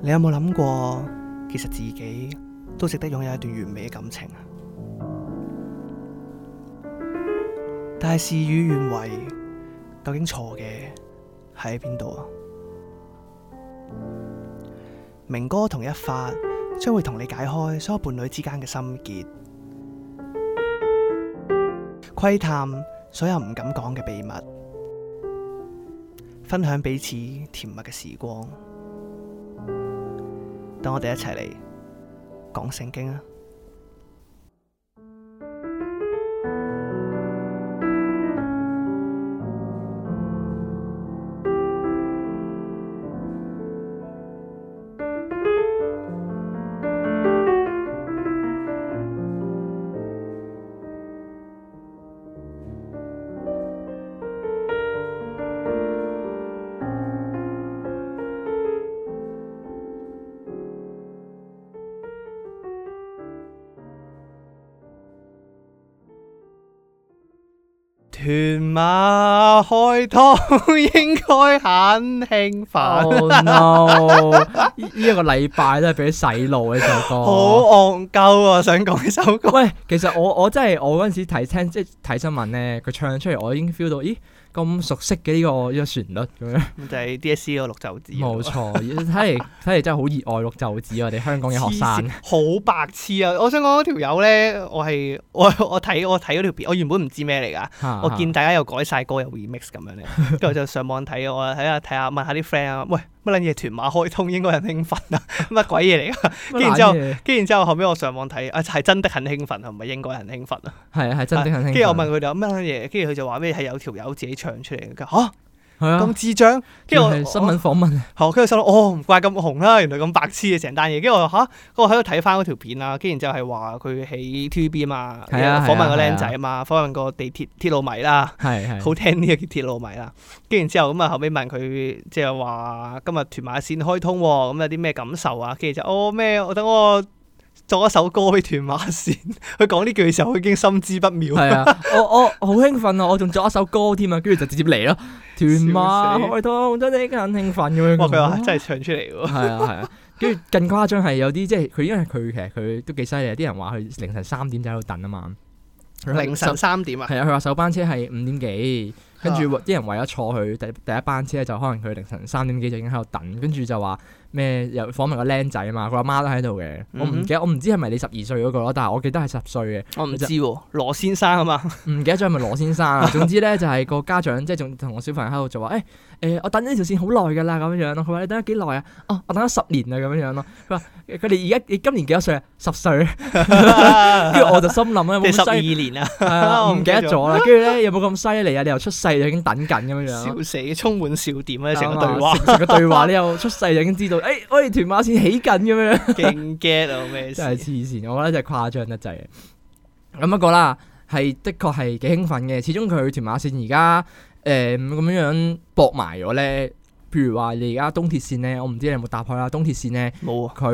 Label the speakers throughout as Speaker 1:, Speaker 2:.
Speaker 1: 你有冇諗過，其實自己都值得擁有一段完美嘅感情啊？但係事與願違，究竟錯嘅喺邊度啊？明哥同一發將會同你解開所有伴侶之間嘅心結，窺探所有唔敢講嘅秘密，分享彼此甜蜜嘅時光。等我哋一齊嚟講聖經啊！屯馬開湯應該很興奮，
Speaker 2: Oh no！呢一個禮拜都係俾佢洗腦呢首歌。
Speaker 1: 好戇鳩啊！想講呢首 歌，
Speaker 2: 喂，其實我我真係我嗰陣時睇聽即係睇新聞咧，佢唱出嚟我已經 feel 到，咦咁熟悉嘅呢、個呢、個旋律咁樣。
Speaker 1: 咪就係 DSE 嗰個綠袖子，
Speaker 2: 冇錯，睇嚟睇嚟真係好熱愛綠袖子，我哋香港嘅學生
Speaker 1: 黐線。好白痴啊！我想講嗰條友咧，我係我我睇我睇嗰條片，我原本唔知咩嚟㗎。我見大家又改晒歌又 remix 咁樣咧，跟住我就上網睇，我哎睇下睇下問下啲 friend 啊，喂乜撚嘢屯馬開通應該很興奮啊， 乜鬼嘢嚟㗎？
Speaker 2: 跟
Speaker 1: 然之後跟住然之後後尾我上網睇，啊係真的很興奮啊，唔係應該很興奮啊。
Speaker 2: 係啊係真的很興奮。
Speaker 1: 跟住我問佢哋啊話乜撚嘢，跟住佢就話咩係有條友自己唱出嚟嘅，嚇
Speaker 2: 係啊，
Speaker 1: 咁智障。跟
Speaker 2: 跟
Speaker 1: 住
Speaker 2: 住
Speaker 1: 我
Speaker 2: 係新聞訪 問，
Speaker 1: 我跟住心諗，哦唔怪咁紅啦，原來咁白痴嘅成單嘢。跟住我話嚇，我喺度睇翻嗰條片啦，跟住然之後係話佢喺 TVB 嘛，
Speaker 2: 係啊係啊
Speaker 1: 訪問個僆仔
Speaker 2: 係
Speaker 1: 啊嘛，訪問個地鐵鐵路迷啦。
Speaker 2: 係係
Speaker 1: 好聽啲嘅鐵路迷啦，跟住然之後咁啊，後尾問佢即係話今日屯馬線開通喎，咁有啲咩感受啊？跟住就哦咩，我等我作一首歌俾屯馬線。佢講呢句嘅時候，佢已經心知不妙。
Speaker 2: 係啊！我我好興奮啊！我仲作一首歌添啊，跟住就直接嚟咯。屯
Speaker 1: 笑
Speaker 2: 馬
Speaker 1: 死
Speaker 2: 開通真係很興奮咁樣。
Speaker 1: 哇！佢話真係唱出嚟喎，
Speaker 2: 係啊係啊，跟住更誇張係有啲即係佢，因為佢其實佢都幾犀利，啲人話佢凌晨三點就喺度等啊嘛。
Speaker 1: 凌晨三點啊，
Speaker 2: 係啊，佢話首班車係五點幾，跟住啲人為咗坐佢第第一班車就可能佢凌晨三點幾就已經喺度等，跟住就話咩又訪問個僆仔啊嘛，佢阿媽都喺度嘅，
Speaker 1: 嗯
Speaker 2: 我唔記得我唔知係咪你十二歲嗰個咯，但係我記得係十歲嘅，
Speaker 1: 我唔知喎，羅先生啊嘛，
Speaker 2: 唔記得咗係咪羅先生啊？總之咧就係個家長即係仲同個小朋友喺度就話誒誒，我等呢條線好耐㗎啦咁樣樣咯，佢話你等咗幾耐啊？哦，我等咗十年啦咁樣樣咯，佢話佢哋而家你今年幾多歲啊？十歲，跟住我就心諗咧，
Speaker 1: 第十
Speaker 2: 冇
Speaker 1: 二
Speaker 2: 犀
Speaker 1: 年啊，
Speaker 2: 係啊，
Speaker 1: 我
Speaker 2: 唔
Speaker 1: 唔
Speaker 2: 記
Speaker 1: 記
Speaker 2: 得
Speaker 1: 得
Speaker 2: 咗啦。跟住咧有冇咁犀利啊？你又出世就已經等緊咁樣樣
Speaker 1: 笑。
Speaker 2: 咯
Speaker 1: 死，充滿啊笑點啊，成個
Speaker 2: 啱啊
Speaker 1: 對話，
Speaker 2: 成成個對話，你又出世就已經知道，誒，我哋屯馬線起緊咁樣。
Speaker 1: 勁 get 啊，咩事
Speaker 2: 真？係黐線，我覺得真係誇張得滯。咁不過啦，係的確係幾興奮嘅。始終佢屯馬線而家誒咁樣樣搏埋咗咧。譬如話你而家東鐵線咧，我唔知你有冇搭開啦。東鐵線咧，
Speaker 1: 冇啊，
Speaker 2: 佢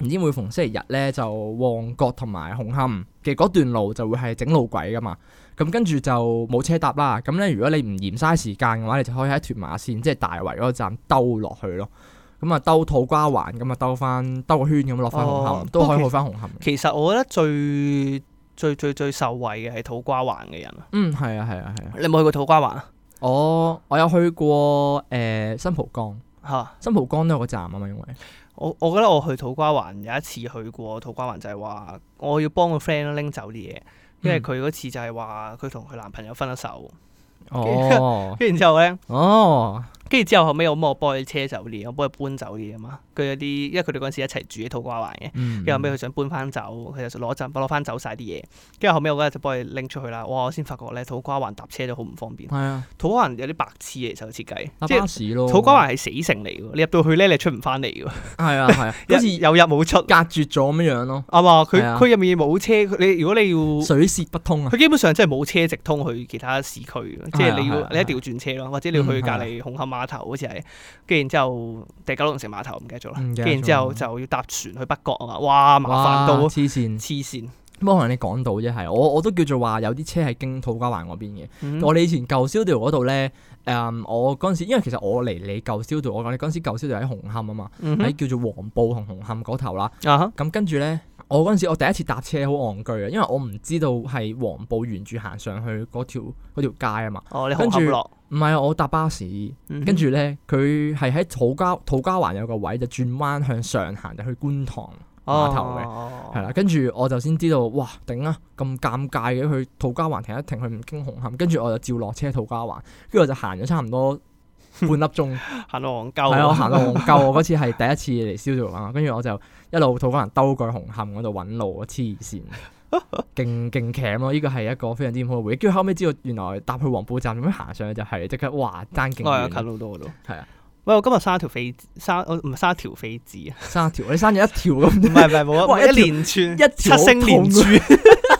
Speaker 2: 唔知每逢星期日咧就旺角同埋紅磡嘅嗰段路就會係整路軌噶嘛。咁跟住就冇車搭啦。咁咧，如果你唔嫌嘥時間嘅話，你就可以喺屯馬線即係大圍嗰個站兜落去咯。咁啊，兜土瓜灣，咁啊兜翻兜個圈咁落翻紅磡，
Speaker 1: 哦
Speaker 2: 都可以去翻紅磡。
Speaker 1: 其實我覺得最最最最受惠嘅係土瓜灣嘅人啊。
Speaker 2: 嗯，係啊，係啊，係啊。哦
Speaker 1: 你有冇去過土瓜灣啊？
Speaker 2: 我我有去過誒、呃新蒲崗，
Speaker 1: 嚇！
Speaker 2: 新蒲崗都有個站啊嘛，因 為
Speaker 1: 我我覺得我去土瓜灣有一次去過土瓜灣，就係話我要幫個 friend 拎走啲嘢，因
Speaker 2: 嗯
Speaker 1: 為佢嗰次就係話佢同佢男朋友分咗手，
Speaker 2: 哦
Speaker 1: 跟住然之後咧，
Speaker 2: 哦，
Speaker 1: 跟住之後後尾我咁我幫佢車走啲嘢，我幫佢搬走啲嘢嘛。佢有啲因為佢哋嗰陣時一齊住喺土瓜灣嘅，
Speaker 2: 嗯
Speaker 1: 跟住後尾佢想搬翻走，佢就攞陣攞翻走晒啲嘢，跟住後尾我嗰日就幫佢拎出去啦。哇！我先發覺咧土瓜灣搭車都好唔方便，
Speaker 2: 係啊，
Speaker 1: 土瓜灣有啲白痴嘅其實個設計，
Speaker 2: 搭
Speaker 1: 即
Speaker 2: 巴
Speaker 1: 係
Speaker 2: 士咯，
Speaker 1: 土瓜灣係死城嚟嘅，你入到去咧你出唔翻嚟嘅，
Speaker 2: 係啊 係啊，好
Speaker 1: 好
Speaker 2: 似
Speaker 1: 似有入冇出。
Speaker 2: 隔絕咗咁樣樣咯，
Speaker 1: 啊嘛，佢
Speaker 2: 係啊
Speaker 1: 佢入面冇車，佢你如果你要，
Speaker 2: 水泄不通啊，
Speaker 1: 佢基本上真係冇車直通去其他市區嘅，即
Speaker 2: 係啊
Speaker 1: 係你
Speaker 2: 係
Speaker 1: 要
Speaker 2: 啊
Speaker 1: 你
Speaker 2: 係啊
Speaker 1: 一定要轉車咯，或者你要去
Speaker 2: 嗯
Speaker 1: 隔
Speaker 2: 係啊
Speaker 1: 離紅磡碼頭，好似係，跟住然之後第九龍城碼頭唔記得咗啦，
Speaker 2: 嗯唔記
Speaker 1: 跟住
Speaker 2: 得
Speaker 1: 然之後
Speaker 2: 咗
Speaker 1: 就要搭船去北角啊嘛，哇麻煩
Speaker 2: 哇
Speaker 1: 到
Speaker 2: 黐線，
Speaker 1: 黐線，
Speaker 2: 不過可能你講到啫，係我我都叫做話有啲車係經土瓜灣嗰邊嘅。我哋以前舊燒道嗰度咧，誒、我嗰陣時，因為其實我嚟你舊燒道，我講你嗰陣時舊燒道喺紅磡啊嘛，
Speaker 1: 嗯
Speaker 2: 喺、
Speaker 1: 哼
Speaker 2: 叫做黃埔同紅磡嗰頭啦。
Speaker 1: 啊哈
Speaker 2: 咁跟住咧，我嗰陣時我第一次搭車好戇居啊，因為我唔知道係黃埔沿住行上去嗰條嗰條街啊嘛。
Speaker 1: 哦，你
Speaker 2: 跟
Speaker 1: 紅
Speaker 2: 住
Speaker 1: 磡落，
Speaker 2: 唔係啊，我搭巴士，
Speaker 1: 嗯
Speaker 2: 跟住咧佢係喺土瓜土瓜灣有個位就轉彎向上行就去觀塘。
Speaker 1: 哦
Speaker 2: 碼頭嘅
Speaker 1: 嘅
Speaker 2: 係啦，跟住我就先知道，哇頂啊，咁尷尬嘅，去土瓜灣停一停，佢唔經紅磡，跟住我就照落車土瓜灣，跟住我就行咗差 唔多半粒鐘，
Speaker 1: 行到戇鳩。哦
Speaker 2: 係啊，我行到戇鳩，我嗰次係第一次嚟燒造啊，跟住我就一路土瓜灣兜過去紅磡嗰度揾路，黐線，勁勁鉗咯，呢個係一個非常之唔好嘅回憶，跟住後尾知道原來搭去黃埔站咁樣行上去就係即刻，哇爭勁
Speaker 1: 我係近
Speaker 2: 遠，
Speaker 1: 好多嗰度。
Speaker 2: 係啊，
Speaker 1: 喂，我今日生一條痱生，我唔係生一條痱子啊，
Speaker 2: 生一條，你生咗一條咁
Speaker 1: 唔係唔係冇
Speaker 2: 哇
Speaker 1: 一
Speaker 2: 一條
Speaker 1: 連串
Speaker 2: 一條
Speaker 1: 七
Speaker 2: 啊
Speaker 1: 星連珠，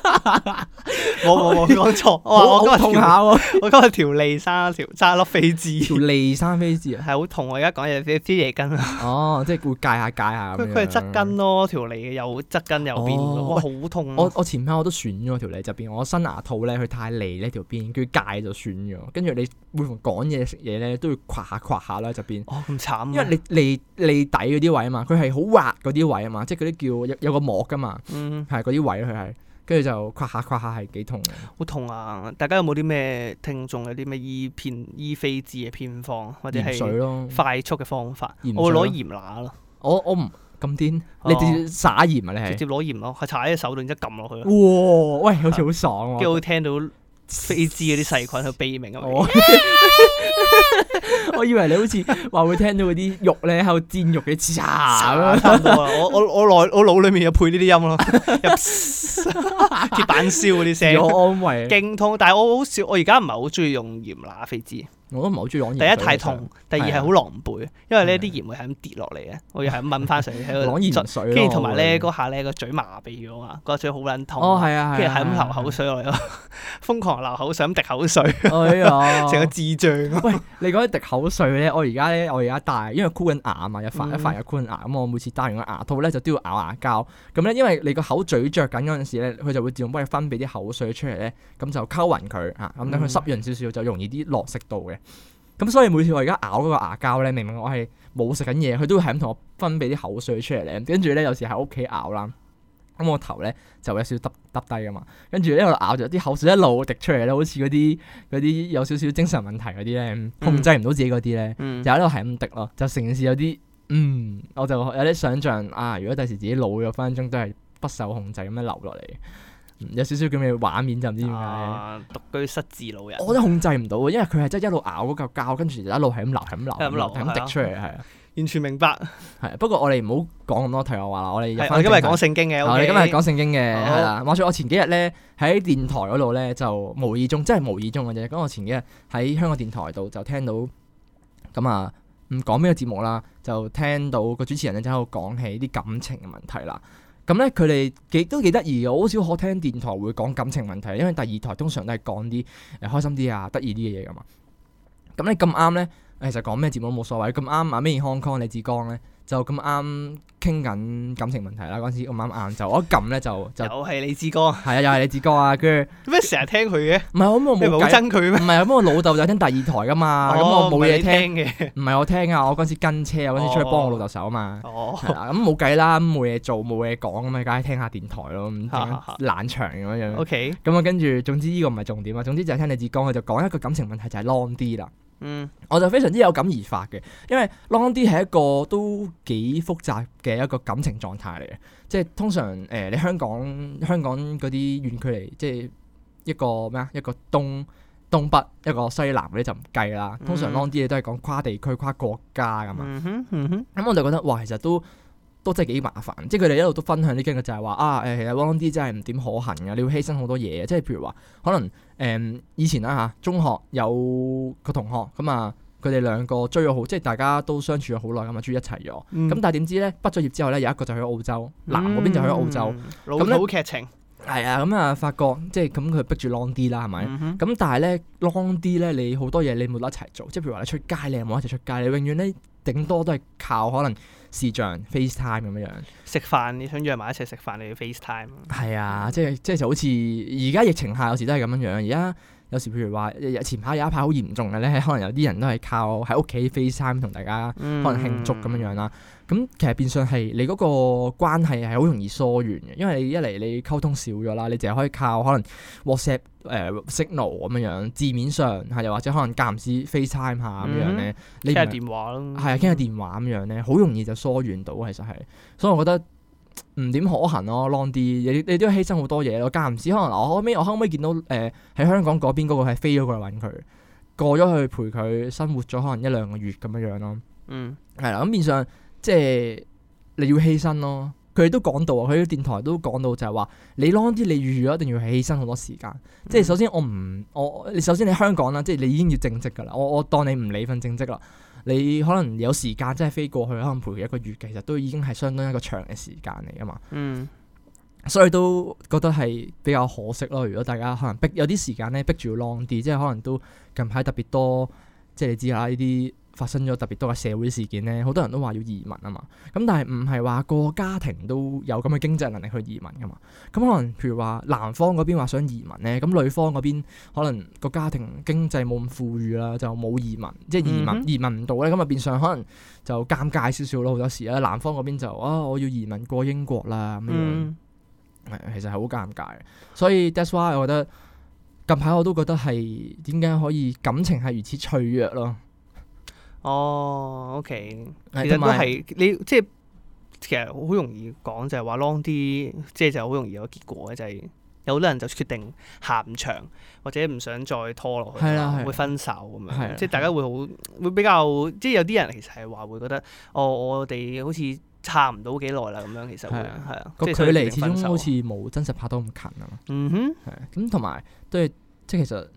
Speaker 1: 冇冇冇講錯，我話
Speaker 2: 好
Speaker 1: 我今
Speaker 2: 痛
Speaker 1: 日條
Speaker 2: 下喎，
Speaker 1: 我今日條脷生一條生一粒痱子
Speaker 2: 條，脷生飛枝啊！
Speaker 1: 係好痛，我而家講嘢啲嘢根啊，
Speaker 2: 哦，即係會戒下戒下咁
Speaker 1: 佢
Speaker 2: 樣。
Speaker 1: 佢係側筋咯，條脷又側筋又變
Speaker 2: 啊哦
Speaker 1: 咯，哇好痛
Speaker 2: 我
Speaker 1: 啊！
Speaker 2: 我前排我都損咗條脷側邊，我新牙套咧佢太脷呢條邊，跟住戒就損咗，跟住你每逢講嘢食嘢咧都要刮下刮下啦側邊，
Speaker 1: 哦咁慘啊，
Speaker 2: 因為你脷脷底嗰啲位啊嘛，佢係好滑嗰啲位啊嘛，即係嗰啲叫有有個膜噶嘛，
Speaker 1: 嗯
Speaker 2: 係嗰啲位啊佢係，跟住就刮下刮下係幾痛嘅。
Speaker 1: 好痛啊！大家有冇啲咩聽眾有啲咩醫片醫痱子嘅偏方 或者
Speaker 2: 鹽水
Speaker 1: 係
Speaker 2: 咯，
Speaker 1: 快速嘅方法
Speaker 2: 鹽水？
Speaker 1: 我會攞
Speaker 2: 咯
Speaker 1: 鹽拿咯，
Speaker 2: 我我唔咁癲，
Speaker 1: 哦
Speaker 2: 你直接撒鹽啊
Speaker 1: 直
Speaker 2: 你係。
Speaker 1: 接攞鹽咯，係搽喺隻手度，然之後撳落去咯。
Speaker 2: 哇，喂，好似好爽
Speaker 1: 跟住
Speaker 2: 喎！
Speaker 1: 會聽到飛滋嗰啲細菌去悲鳴
Speaker 2: 我
Speaker 1: 咁。
Speaker 2: 我以為你好似話會聽到嗰啲肉咧喺度煎肉嘅嚓咁樣。
Speaker 1: 差唔多啊！我我我內我腦裡面有配呢啲 音咯，有鐵板燒嗰啲
Speaker 2: 自
Speaker 1: 聲，
Speaker 2: 我安慰，
Speaker 1: 勁痛。但係我好少，我而家唔係好中意用鹽拿飛滋。
Speaker 2: 我都唔係好中意講
Speaker 1: 第
Speaker 2: 鹽。
Speaker 1: 一太痛，，第二
Speaker 2: 係
Speaker 1: 係
Speaker 2: 啊
Speaker 1: 好狼狽，因為呢啲鹽會係咁跌落嚟嘅，我要係咁掹翻上去喺度
Speaker 2: 講
Speaker 1: 捽
Speaker 2: 鹽水咯。
Speaker 1: 跟住同埋咧
Speaker 2: 我會
Speaker 1: 嗰下咧個嘴麻痹咗啊，個嘴好撚痛。
Speaker 2: 哦係啊，
Speaker 1: 跟住係
Speaker 2: 啊
Speaker 1: 咁流口。水落嚟咯， 瘋狂流口水咁滴口水，
Speaker 2: 哎呀，
Speaker 1: 成個智障咁。
Speaker 2: 喂，你講起滴口水咧，我而家咧，我而家戴，因為箍緊牙啊嘛，一塊
Speaker 1: 嗯
Speaker 2: 一塊又箍緊牙，咁我每次戴完個牙套咧，就都要咬牙膠。咁咧，因為你個口咀嚼緊嗰陣時咧，佢就會自動幫你分泌啲口水出嚟咧，咁就溝勻佢啊，咁等佢
Speaker 1: 嗯
Speaker 2: 濕潤少少，就容易啲落食道嘅。咁所以每次我而家咬嗰個牙膠咧，明明我係冇食緊嘢，佢都會係咁同我分泌啲口水出嚟咧。跟住咧，有時喺屋企咬啦，咁我頭咧就有少少耷耷低噶嘛。跟住一路咬住啲口水一路滴出嚟咧，好似嗰啲嗰啲有少少精神問題嗰啲咧，嗯控制唔到自己嗰啲咧，
Speaker 1: 嗯
Speaker 2: 就喺度係咁滴咯，就成件事有啲嗯，我就有啲想像啊，如果第時自己老咗分分鐘都係不受控制咁樣流落嚟，嗯有少少咁嘅畫面就唔知點解。
Speaker 1: 啊，獨居失智老人。
Speaker 2: 我真係控制唔到啊，因為佢係真係一路咬嗰嚿膠，跟住就一路係咁流，係咁流，
Speaker 1: 係咁
Speaker 2: 係咁
Speaker 1: 流
Speaker 2: 流，係咁
Speaker 1: 係啊
Speaker 2: 滴出嚟，係啊，
Speaker 1: 完全明白。
Speaker 2: 係啊。不過我哋唔好講咁多題外話啦，我哋入
Speaker 1: 係
Speaker 2: 翻
Speaker 1: 我哋今日
Speaker 2: 正題
Speaker 1: 講聖經嘅，
Speaker 2: 我哋
Speaker 1: OK？
Speaker 2: 啊今日講聖經嘅
Speaker 1: 好
Speaker 2: 係啦，話説我前幾日咧喺電台嗰度咧就無意中，真係無意中嘅啫。咁我前幾日喺香港電台度就聽到咁啊，唔講咩節目啦，就聽到個主持人咧就喺度講起啲感情嘅問題啦。咁咧佢哋幾都幾得意嘅，我好少可聽電台會講感情問題，因為第二台通常都係講啲誒開心啲啊、得意啲嘅嘢噶嘛。咁咧咁啱咧，誒其實講咩節目都冇所謂。咁啱啊，Made in Hong Kong 李志剛咧就咁啱傾緊感情問題啦。嗰陣時咁啱晏晝，我一撳咧就就
Speaker 1: 又
Speaker 2: 係
Speaker 1: 係李志剛，
Speaker 2: 啊，又係李志剛啊，跟住
Speaker 1: 點解成日聽佢嘅？
Speaker 2: 唔係我咁我
Speaker 1: 你唔係好
Speaker 2: 冇計，
Speaker 1: 憎佢
Speaker 2: 唔
Speaker 1: 咩？
Speaker 2: 係咁我老豆就聽第二台噶嘛，咁
Speaker 1: 哦
Speaker 2: 我冇嘢
Speaker 1: 唔係
Speaker 2: 聽，
Speaker 1: 你嘅。
Speaker 2: 唔係我聽啊，我嗰陣時跟車啊，我嗰陣時出去幫我老豆手啊嘛。
Speaker 1: 哦，
Speaker 2: 係啊啦，咁冇計啦，咁冇嘢做，冇嘢講，咁咪梗係聽下電台咯，咁
Speaker 1: 哈哈哈
Speaker 2: 整冷場咁樣樣。
Speaker 1: OK，
Speaker 2: 咁啊，跟住總之呢個唔係重點啊，總之就係聽李志剛佢就講一個感情問題就係 long 啲啦。
Speaker 1: 嗯，
Speaker 2: 我就非常之有感而發嘅，因為 long 啲係一個都幾複雜嘅一個感情狀態嚟嘅，即係通常誒、呃你香港香港嗰啲遠距離，即係一個咩啊，一個東東北一個西南嗰啲就唔計啦。通常
Speaker 1: 嗯
Speaker 2: long 啲嘢都係講跨地區、跨國家咁嘛。
Speaker 1: 嗯哼，嗯哼，
Speaker 2: 咁我就覺得哇，其實都都真係幾麻煩，即係佢哋一路都分享啲經歷就係話啊，誒其實 long 啲真係唔點可行嘅，你要犧牲好多嘢嘅，即係譬如話可能誒、嗯以前啦嚇，中學有個同學咁啊，佢哋兩個追咗好，即係大家都相處咗好耐咁啊，終於一齊咗。咁、
Speaker 1: 嗯
Speaker 2: 但係點知咧，畢咗業之後咧，有一個就去咗澳洲，男嗰邊就去咗澳洲，
Speaker 1: 嗯，
Speaker 2: 咁咧
Speaker 1: 老土劇情，
Speaker 2: 係啊，咁啊發覺即係咁佢逼住 long 啲啦，係咪？
Speaker 1: 嗯哼
Speaker 2: 咁但係咧 long 啲咧，你好多嘢你冇得一齊做，即係譬如話你出街，你又冇得一齊出街，你永遠咧頂多都係靠可能視像 FaceTime 咁樣樣。
Speaker 1: 食飯你想約埋一齊食飯，你要 FaceTime。
Speaker 2: 係啊，即係即係就好似而家疫情下有時都係咁樣樣。而家有時譬如話，前排有一排好嚴重嘅咧，可能有啲人都係靠喺屋企 FaceTime 同大家
Speaker 1: 嗯
Speaker 2: 可能慶祝咁樣樣啦。咁其實變相係你嗰個關係係好容易疏遠嘅，因為你一嚟你溝通少咗啦，你淨係可以靠可能 WhatsApp 誒、Signal 咁樣樣，字面上係又或者可能間唔時 FaceTime 下咁樣咧，
Speaker 1: 傾
Speaker 2: 你唔
Speaker 1: 下
Speaker 2: 係
Speaker 1: 電話咯。
Speaker 2: 係啊，傾下電話咁樣咧，好容易就疏遠到其實係，所以我覺得唔點可行咯，long 啲，你你都要犧牲好多嘢咯。間唔時可能我後尾我後尾見到呃誒喺、香港嗰邊嗰個係飛咗過嚟揾佢，過咗去陪佢生活咗可能一兩個月咁樣樣咯。
Speaker 1: 嗯，
Speaker 2: 係啦，咁變相即係你要犧牲咯。佢哋都講到啊，佢啲電台都講到就係話，你 long 啲，你預咗一定要犧牲好多時間。即係首先我唔我你首先你香港啦，即係你已經要正職㗎啦。我我當你唔理份正職啦，你可能有時間真係飛過去，可能陪佢一個月，其實都已經係相當一個長嘅時間嚟㗎嘛。
Speaker 1: 嗯
Speaker 2: 所以都覺得係比較可惜咯。如果大家可能逼有啲時間咧，逼住要 long 啲，即係可能都近排特別多，即係你知啦，呢啲發生咗特別多嘅社會事件咧，好多人都話要移民啊嘛。咁但係唔係話個家庭都有咁嘅經濟能力去移民噶啊嘛？咁可能譬如話男方嗰邊話想移民咧，咁女方嗰邊可能個家庭經濟冇咁富裕啦，就冇移民，即係移民、
Speaker 1: 嗯哼
Speaker 2: 移民唔到咧，咁啊變相可能就尷尬少少咯。好多時啊，男方嗰邊就啊我要移民過英國啦咁樣。
Speaker 1: 嗯
Speaker 2: 係其實係好尷尬嘅，所以 that's why 我覺得近排我都覺得係點解可以感情係如此脆弱咯，
Speaker 1: 哦，OK，其
Speaker 2: 係
Speaker 1: 實
Speaker 2: 同
Speaker 1: 都
Speaker 2: 埋
Speaker 1: 係你即係其實好容易講就係話 long 啲，即係就好容易有結果嘅，就係有好多人就決定下唔長或者唔想再拖落去
Speaker 2: 係啦係
Speaker 1: 啦，
Speaker 2: 啦
Speaker 1: 會分手咁
Speaker 2: 係啊
Speaker 1: 樣，
Speaker 2: 啦
Speaker 1: 即係大家會好會比較即係有啲人其實係話會覺得哦，我哋好似差唔到幾耐啦咁樣，其實會
Speaker 2: 係啊
Speaker 1: 係啊，
Speaker 2: 個
Speaker 1: 即
Speaker 2: 距
Speaker 1: 係所以決定
Speaker 2: 離始
Speaker 1: 分
Speaker 2: 終
Speaker 1: 手
Speaker 2: 好似冇真實拍拖咁近啊嘛，
Speaker 1: 嗯哼，
Speaker 2: 係咁同埋都係即係其實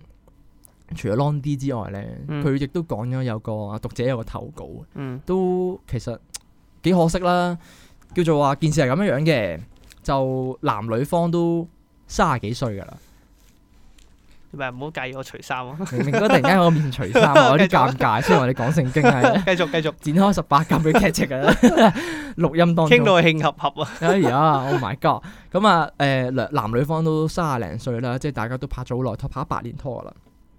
Speaker 2: 除咗 long 啲之外咧，
Speaker 1: 嗯
Speaker 2: 佢亦都講咗有個啊讀者有個投稿，
Speaker 1: 嗯
Speaker 2: 都其實幾可惜啦，叫做話件事係咁樣樣嘅，就男女方都三十幾歲㗎啦，
Speaker 1: 你咪唔好介意我除衫 啊，
Speaker 2: 明明都突然間喺我面前除衫啊，我有啲尷 尬，雖然我哋講聖經啊係。
Speaker 1: 繼續繼續
Speaker 2: 展開十八禁嘅劇情啊！ 錄音當中，
Speaker 1: 傾到慶合合啊，
Speaker 2: 哎呀，Oh my god！咁啊，誒兩男女方都三廿零歲啦，即係大家都拍咗好耐拖，拍咗八年拖啦。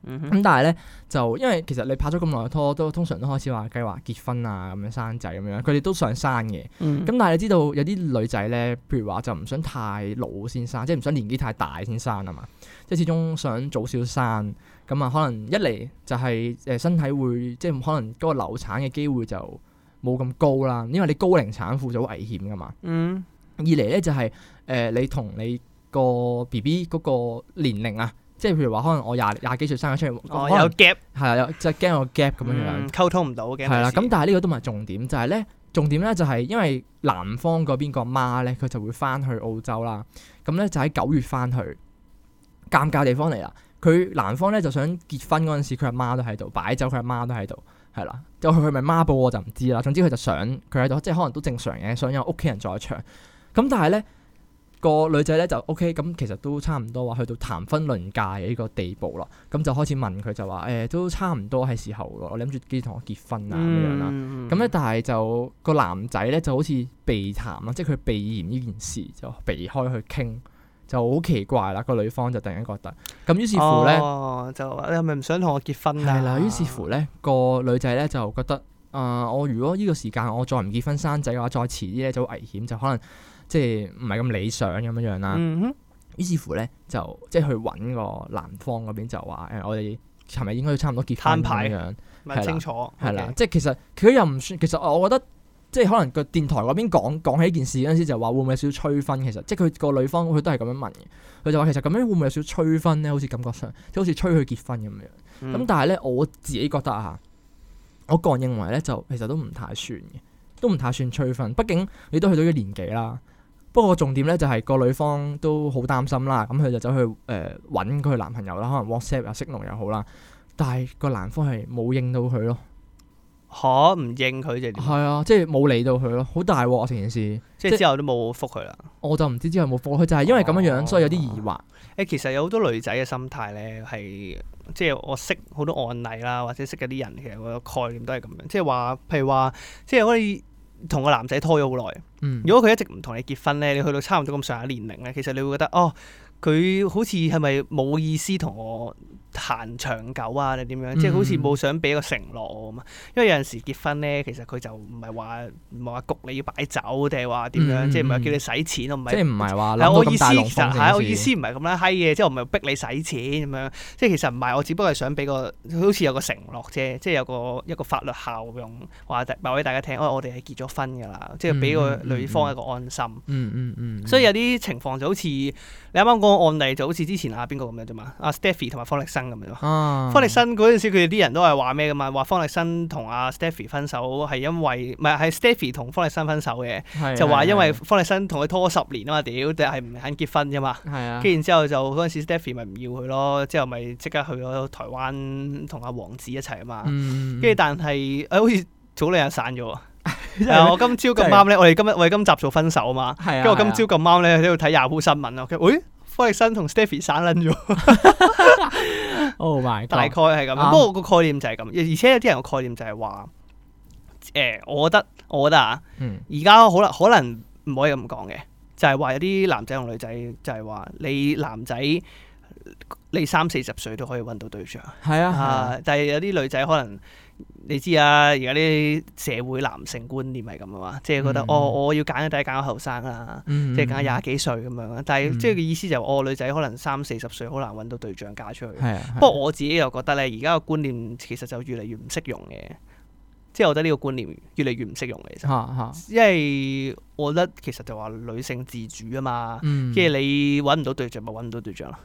Speaker 1: 嗯
Speaker 2: 咁、
Speaker 1: 哼，
Speaker 2: 但係咧，就因為其實你拍咗咁耐嘅拖，都通常都開始話計劃結婚啊，咁樣生仔咁樣，佢哋都想生嘅。咁、
Speaker 1: 嗯
Speaker 2: 但係你知道有啲女仔咧，譬如話就唔想太老先生，即係唔想年紀太大先生啊嘛，即係始終想早少生。咁啊，可能一嚟就係誒身體會即係可能嗰個流產嘅機會就冇咁高啦，因為你高齡產婦就好危險噶嘛。
Speaker 1: 嗯
Speaker 2: 二嚟咧就係、呃你同你個 B B 嗰個年齡啊，即係譬如話可能我廿廿幾歲生咗出嚟，
Speaker 1: 哦
Speaker 2: 可能
Speaker 1: 有 gap
Speaker 2: 係啊，有就驚有 gap 咁樣
Speaker 1: 嗯
Speaker 2: 樣，
Speaker 1: 溝通唔到嘅，
Speaker 2: 係啦。
Speaker 1: 有時
Speaker 2: 咁但係呢個都唔係重點，就係咧重點咧就係因為男方嗰邊個媽咧，佢就會翻去澳洲啦。咁咧就喺九月翻去，尷尬地方嚟啦。佢男方咧就想結婚嗰陣時，佢阿媽都喺度，擺酒佢阿媽都喺度，係啦。就佢係咪媽寶我就唔知啦。總之佢就想佢喺度，即係可能都正常嘅，想有屋企人在場。咁但係咧。個女仔咧就 OK，咁其實都差唔多話去到談婚論嫁嘅呢個地步啦，咁就開始問佢就話誒、都差唔多係時候咯，我諗住幾時同我結婚啊咁樣啦。
Speaker 1: 嗯
Speaker 2: 咁咧，但係就個男仔咧就好似避談啦，即係佢避嫌呢件事就避開去傾，就好奇怪啦。個女方就突然間覺得，咁於是乎咧，
Speaker 1: 哦、就話你係咪唔想同我結婚啊？
Speaker 2: 係啦，於是乎咧個女仔咧就覺得，啊、我如果呢個時間我再唔結婚生仔嘅話，再遲啲咧就好危險，就可能即係唔係咁理想咁樣樣啦。
Speaker 1: 嗯哼，
Speaker 2: 於是乎咧就即係去揾個男方嗰邊就話，誒、我哋係咪應該要差唔多結婚
Speaker 1: 攤牌
Speaker 2: 咁樣樣？
Speaker 1: 問清楚
Speaker 2: 係啦
Speaker 1: OK，
Speaker 2: 即係其實佢又唔算，其實我覺得即係可能個電台嗰邊講講起呢件事嗰陣時就話會唔會有少少催婚，其實即係佢個女方佢都係咁樣問嘅，佢就話其實咁樣會唔會有少少催婚咧？好似感覺上即係好似催佢結婚咁樣。
Speaker 1: 嗯
Speaker 2: 咁但係咧，我自己覺得啊，我個人認為咧，就其實都唔太算嘅，都唔太算催婚。畢竟你都去到呢個年紀啦。不過重點咧就係、個女方都好擔心啦，咁佢就走去誒揾佢男朋友啦，可能 WhatsApp 啊、Signal 又好啦。但係個男方係冇應到佢咯，
Speaker 1: 可唔應佢就點
Speaker 2: 係啊，即係冇理到佢咯，好大鑊啊成件事。
Speaker 1: 即
Speaker 2: 即
Speaker 1: 係之後都冇覆佢啦。
Speaker 2: 我就唔知之後有冇覆，佢就係因為咁樣樣，
Speaker 1: 哦
Speaker 2: 所以有啲疑惑。
Speaker 1: 誒，其實有好多女仔嘅心態咧係即係我識好多案例啦，或者識嗰啲人，其實我個概念都係咁樣，即係話譬如話，即係可以同個男仔拖咗好耐，
Speaker 2: 嗯
Speaker 1: 如果佢一直唔同你結婚咧，你去到差唔多咁上下年齡咧，其實你會覺得哦，佢好似係咪冇意思同我行長久啊？定點樣？即係好似
Speaker 2: 嗯
Speaker 1: 冇想俾個承諾我咁啊。因為有陣時結婚咧，其實佢就唔係話唔係話焗你要擺酒，定係話點樣？
Speaker 2: 嗯
Speaker 1: 即係唔係叫你使錢，我唔
Speaker 2: 即係
Speaker 1: 係。
Speaker 2: 唔係啊話諗
Speaker 1: 係啊
Speaker 2: 到
Speaker 1: 我意
Speaker 2: 咁
Speaker 1: 思，
Speaker 2: 大龍
Speaker 1: 其實
Speaker 2: 鳳
Speaker 1: 係我
Speaker 2: 成
Speaker 1: 意
Speaker 2: 件
Speaker 1: 思
Speaker 2: 事？
Speaker 1: 唔係咁啦閪嘅，即係我唔係逼你使錢咁樣，即係其實唔係，我只不過係想俾個好似有個承諾啫，即係有個一個法律效用，話大話俾大家聽，哦，我哋係結咗婚㗎啦，即係俾個
Speaker 2: 嗯嗯嗯
Speaker 1: 女方一個安心。
Speaker 2: 嗯嗯嗯，
Speaker 1: 所以有啲情況就好似你啱啱講個案例，就好似之前啊邊個咁樣啫嘛，阿 Stephy 同埋方力申咁樣啫嘛。
Speaker 2: 啊，
Speaker 1: 方力申嗰陣時，佢哋啲人都係話咩噶嘛？話方力申同阿 Stephy 分手係因為唔係係 Stephy 同方力申分手嘅，
Speaker 2: 係
Speaker 1: 就話因為
Speaker 2: 係啊
Speaker 1: 方力申同佢拖十年啊嘛，屌但係唔肯結婚啫嘛。
Speaker 2: 係啊
Speaker 1: 跟，住然之後就嗰陣時 Stephy 咪唔要佢咯，之後咪即刻去咗台灣同阿王子一齊啊嘛。
Speaker 2: 嗯
Speaker 1: 跟住但係誒、哎好似早兩日散咗喎。
Speaker 2: 真係
Speaker 1: 係啊我今朝咁啱咧，我哋今日我哋今集做分手啊嘛。
Speaker 2: 係
Speaker 1: 跟
Speaker 2: 啊，
Speaker 1: 住我今
Speaker 2: 係啊
Speaker 1: 朝咁啱咧喺度睇 Yahoo 新聞啊，佢喂，方力申同 Stephy 散撚咗，
Speaker 2: 哦 Oh my God，
Speaker 1: 大概係咁。
Speaker 2: 啱
Speaker 1: 不過個概念就係咁，而而且有啲人個概念就係話，誒，我覺得我覺得啊，
Speaker 2: 嗯
Speaker 1: 而家可能可能唔可以咁講嘅，就係話有啲男仔同女仔就係話你男仔。你三四十歲都可以揾到對象
Speaker 2: 係啊係啊
Speaker 1: 啊！但係有啲女仔可能你知啊，而家啲社會男性觀念係咁啊嘛，即係覺得、
Speaker 2: 嗯
Speaker 1: 哦，我要揀一定係揀個後生啦，
Speaker 2: 嗯，
Speaker 1: 即係揀廿幾歲咁樣啦。啊但係
Speaker 2: 嗯
Speaker 1: 即係嘅意思就係我女仔可能三四十歲好難揾到對象嫁出去。
Speaker 2: 係啊，
Speaker 1: 不
Speaker 2: 不
Speaker 1: 過我自己又覺得咧，而家個觀念其實就越嚟越唔適用嘅，即係我覺得呢個觀念越嚟越唔適用嘅。其實，
Speaker 2: 嚇嚇，
Speaker 1: 因為我覺得其實就話女性自主啊嘛，
Speaker 2: 嗯，
Speaker 1: 即係你揾唔到對象咪揾唔到對象咯，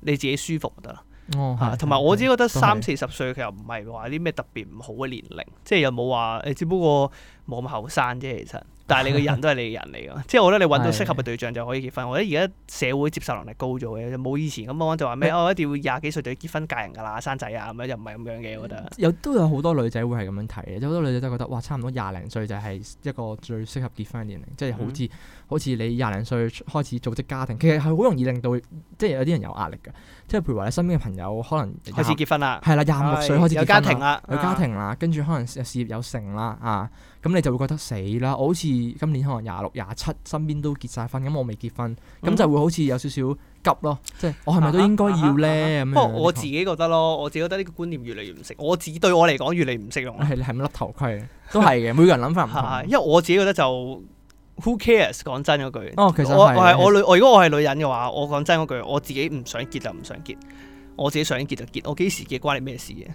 Speaker 1: 你自己舒服就得啦。
Speaker 2: 哦
Speaker 1: 嚇
Speaker 2: 係
Speaker 1: 啊同埋
Speaker 2: 係
Speaker 1: 我自己覺得
Speaker 2: 都係
Speaker 1: 三四十歲其實唔係話啲咩特別唔好嘅年齡，即係又冇話誒，只不過冇咁後生啫。其實，但係你個人都係你嘅人 嚟㗎，即係我覺得你揾到適合嘅對象就可以結婚。我覺得而家社會接受能力高咗嘅，就冇以前咁樣就話
Speaker 2: 嗯
Speaker 1: 咩哦，一定要廿幾歲就要結婚嫁人㗎啦，生仔啊咁樣，又唔係咁樣嘅。我覺得
Speaker 2: 有都有好多女仔會係咁樣睇嘅，有好多女仔都覺得哇，差唔多廿零歲就係一個最適合結婚嘅年齡，即係好
Speaker 1: 嗯
Speaker 2: 似、好似你廿零歲出開始組織家庭，其實係好容易令到即係有啲人有壓力嘅，即係譬如話你身邊嘅朋友可能
Speaker 1: 開始
Speaker 2: 廿
Speaker 1: 結婚啦，
Speaker 2: 係啦，廿五六歲開始
Speaker 1: 有
Speaker 2: 結
Speaker 1: 家
Speaker 2: 婚
Speaker 1: 庭
Speaker 2: 啦。
Speaker 1: 啦，
Speaker 2: 有家庭啦，跟住可能事業有成啦，啊，咁你就會覺得死啦！我好似今年可能廿六、廿七，身邊都結晒婚，咁我未結婚，咁、
Speaker 1: 嗯
Speaker 2: 就會好似有少少急咯，即係我係咪都
Speaker 1: 啊哈
Speaker 2: 應該
Speaker 1: 啊哈
Speaker 2: 要咧？咁
Speaker 1: 不
Speaker 2: 樣
Speaker 1: 過我自己覺得咯，我自己覺得呢個觀念越嚟越唔適，我自己對我嚟講越嚟越唔適用啦。
Speaker 2: 係你係咪笠頭盔啊？都係嘅，每 個人諗法唔
Speaker 1: 係，因
Speaker 2: 同。
Speaker 1: 為我自己覺得就 who cares 講真嗰句。
Speaker 2: 哦其實係
Speaker 1: 我我係
Speaker 2: 其實
Speaker 1: 我女，我如果我係女人嘅話，我講真嗰句，我自己唔想結就唔想結，我自己想結就結，我幾時結關你咩事嘅？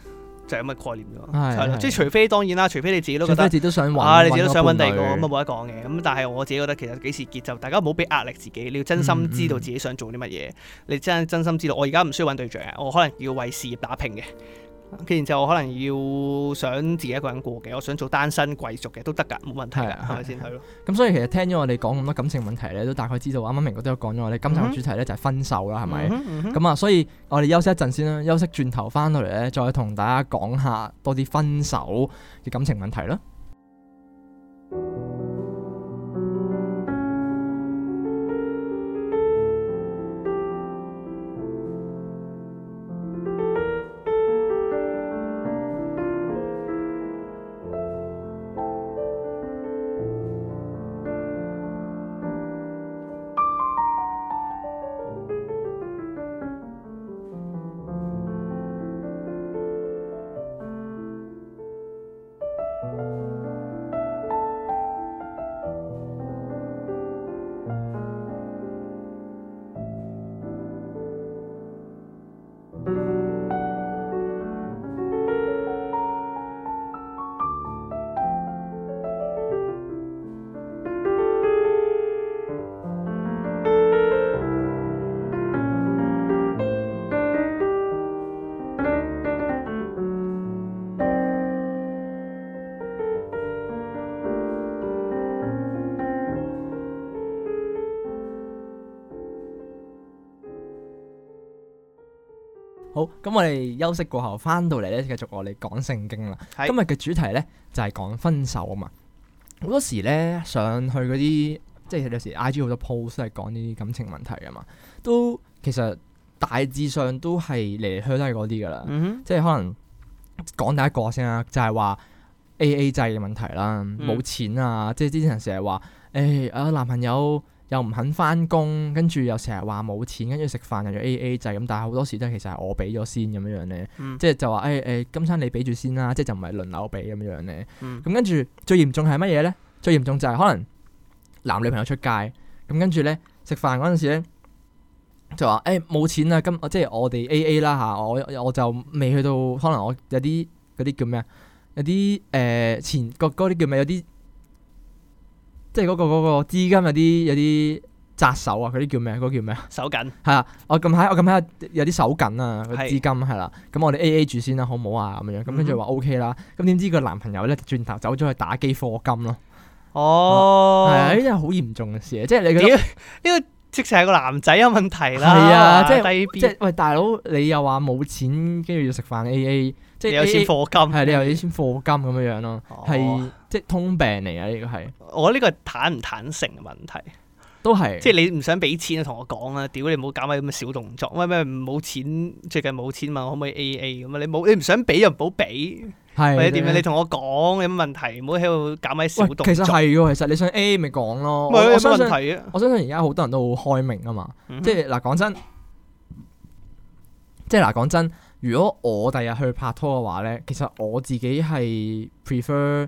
Speaker 1: 就係咁嘅概念啫嘛。
Speaker 2: 係
Speaker 1: 係咯，
Speaker 2: 係
Speaker 1: 即係除非當然啦，除非你自己都
Speaker 2: 除
Speaker 1: 覺
Speaker 2: 非
Speaker 1: 得
Speaker 2: 自己都想揾
Speaker 1: 啊，你自己都想揾第二個咁啊，
Speaker 2: 啊
Speaker 1: 冇得講嘅。咁但係我自己覺得其實幾時結就大家唔好俾壓力自己，你要真心知道自己想做啲乜嘢。你真真心知道，我而家唔需要揾對象嘅，我可能要為事業打拼嘅。跟然之後，我可能要想自己一個人過嘅，我想做單身貴族嘅都得㗎，冇問題
Speaker 2: 係
Speaker 1: 㗎，
Speaker 2: 啊
Speaker 1: 係咪先係咯？
Speaker 2: 咁所以其實聽咗我哋講咁多感情問題咧，都大概知道啱啱明哥都有講咗，我哋今集
Speaker 1: 嗯
Speaker 2: 嘅
Speaker 1: 哼
Speaker 2: 主題咧就係分手啦，係咪？
Speaker 1: 嗯哼？咁
Speaker 2: 咁啊，所以我哋休息一陣先啦，休息轉頭翻到嚟咧，再同大家講下多啲分手嘅感情問題啦。好，咁我哋休息過後翻到嚟咧，繼續我哋講聖經啦。
Speaker 1: 係
Speaker 2: 今日嘅主題咧就係、講分手啊嘛。好多時咧上去嗰啲，即係有時 I G 好多 post 都係講呢啲感情問題啊嘛，都其實大致上都係嚟嚟去去都係嗰啲噶啦。
Speaker 1: 嗯
Speaker 2: 即係可能講第一個先啦，就係話 A A 制嘅問題啦，冇、錢啊，即係之前成日話誒啊男朋友又唔肯翻工，跟住又成日話冇錢，跟住食飯又要 A A 制咁，但係好多時都係其實係我俾咗先咁樣樣咧，
Speaker 1: 嗯
Speaker 2: 即係就話誒誒今餐你俾住先啦，即係就唔係輪流俾咁樣樣咧。
Speaker 1: 嗯
Speaker 2: 咁跟住最嚴重係乜嘢咧？最嚴重就係可能男女朋友出街，咁跟住咧食飯嗰陣時咧就話誒冇錢啦，今即係我哋 A A 啦嚇，我我就未去到可能我有啲嗰啲叫咩啊？有啲誒、呃前嗰嗰啲叫咩？有啲即係嗰、個嗰、個資金有啲有啲扎手啊！嗰啲叫咩？嗰、個叫咩啊？
Speaker 1: 手緊，
Speaker 2: 係啊，我近排我近排有啲手緊啊，
Speaker 1: 係
Speaker 2: 個
Speaker 1: 嗯
Speaker 2: 資金係啦，咁我哋 A A 住先啦，好唔好啊？咁樣，咁跟住話 O K 啦，咁點知個男朋友咧轉頭走咗去打機課金咯，係
Speaker 1: 哦，
Speaker 2: 啊，呢啲係好嚴重嘅事啊，即係你覺
Speaker 1: 屌
Speaker 2: 得
Speaker 1: 即係個男仔有問題啦，
Speaker 2: 係啊即係
Speaker 1: 低
Speaker 2: 即
Speaker 1: B，
Speaker 2: 係喂大佬，你又話冇錢，跟住要食飯 A A，即係
Speaker 1: 你有錢
Speaker 2: AA
Speaker 1: 課金，
Speaker 2: 係你有啲錢課金咁樣樣咯，
Speaker 1: 哦
Speaker 2: 係即係通病嚟啊！呢個係
Speaker 1: 我呢個係坦唔坦誠嘅問題，
Speaker 2: 都係
Speaker 1: 即係你唔想俾錢就同我講啊，屌你唔好搞埋咁嘅小動作，喂咩冇錢，最近冇錢嘛，可唔可以 A A 咁啊？你冇你唔想俾就唔好俾，
Speaker 2: 係
Speaker 1: 或者點樣？啊你
Speaker 2: 喂，
Speaker 1: 同我講有乜問題，唔好喺度搞埋小動作，
Speaker 2: 其實係喎，其實你想 A A 咪講咯，
Speaker 1: 咪
Speaker 2: 我
Speaker 1: 有
Speaker 2: 我
Speaker 1: 乜
Speaker 2: 相信
Speaker 1: 問題啊？
Speaker 2: 我相信而家好多人都好開明啊嘛。
Speaker 1: 嗯
Speaker 2: 即係嗱，講真，即係嗱，講真，如果我第日去拍拖嘅話咧，其實我自己係 prefer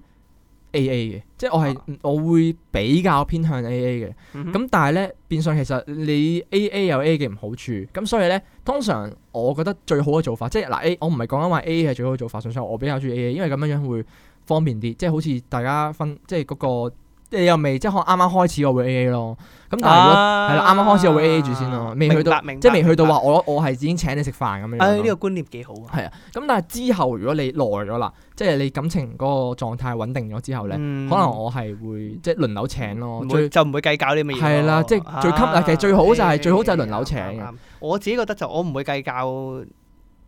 Speaker 2: A A 嘅，即係我係、我會比較偏向 A A 嘅。
Speaker 1: 啊嗯哼
Speaker 2: 咁但係咧，變相其實你 A A 有 A 嘅唔好處，咁所以咧，通常我覺得最好嘅做法，即係嗱 A，我唔係講緊話 A A 係最好嘅做法，純粹我比較中意 A A，因為咁樣樣會方便啲，即係好似大家分，即係嗰、個。你又未即係可能啱啱開始我會 A A 咯，咁但係如果係啦，啱啱開始我會 A A 住先咯，未去到
Speaker 1: 啊明白明白
Speaker 2: 即係未去到
Speaker 1: 明白
Speaker 2: 話我我係已經請你食飯咁樣
Speaker 1: 唉，
Speaker 2: 樣
Speaker 1: 呢
Speaker 2: 咯。
Speaker 1: 個觀念幾好啊！
Speaker 2: 係啊，咁但係之後如果你耐咗啦，即係你感情嗰個狀態穩定咗之後咧，
Speaker 1: 嗯
Speaker 2: 可能我係會即係輪流請咯。
Speaker 1: 唔會
Speaker 2: 最
Speaker 1: 就唔會計較啲乜嘢咯。
Speaker 2: 係啦即係最吸
Speaker 1: 啊
Speaker 2: 其實最好就係
Speaker 1: 誒
Speaker 2: 最好就係輪流請
Speaker 1: 啱啱我自己覺得就我唔會計較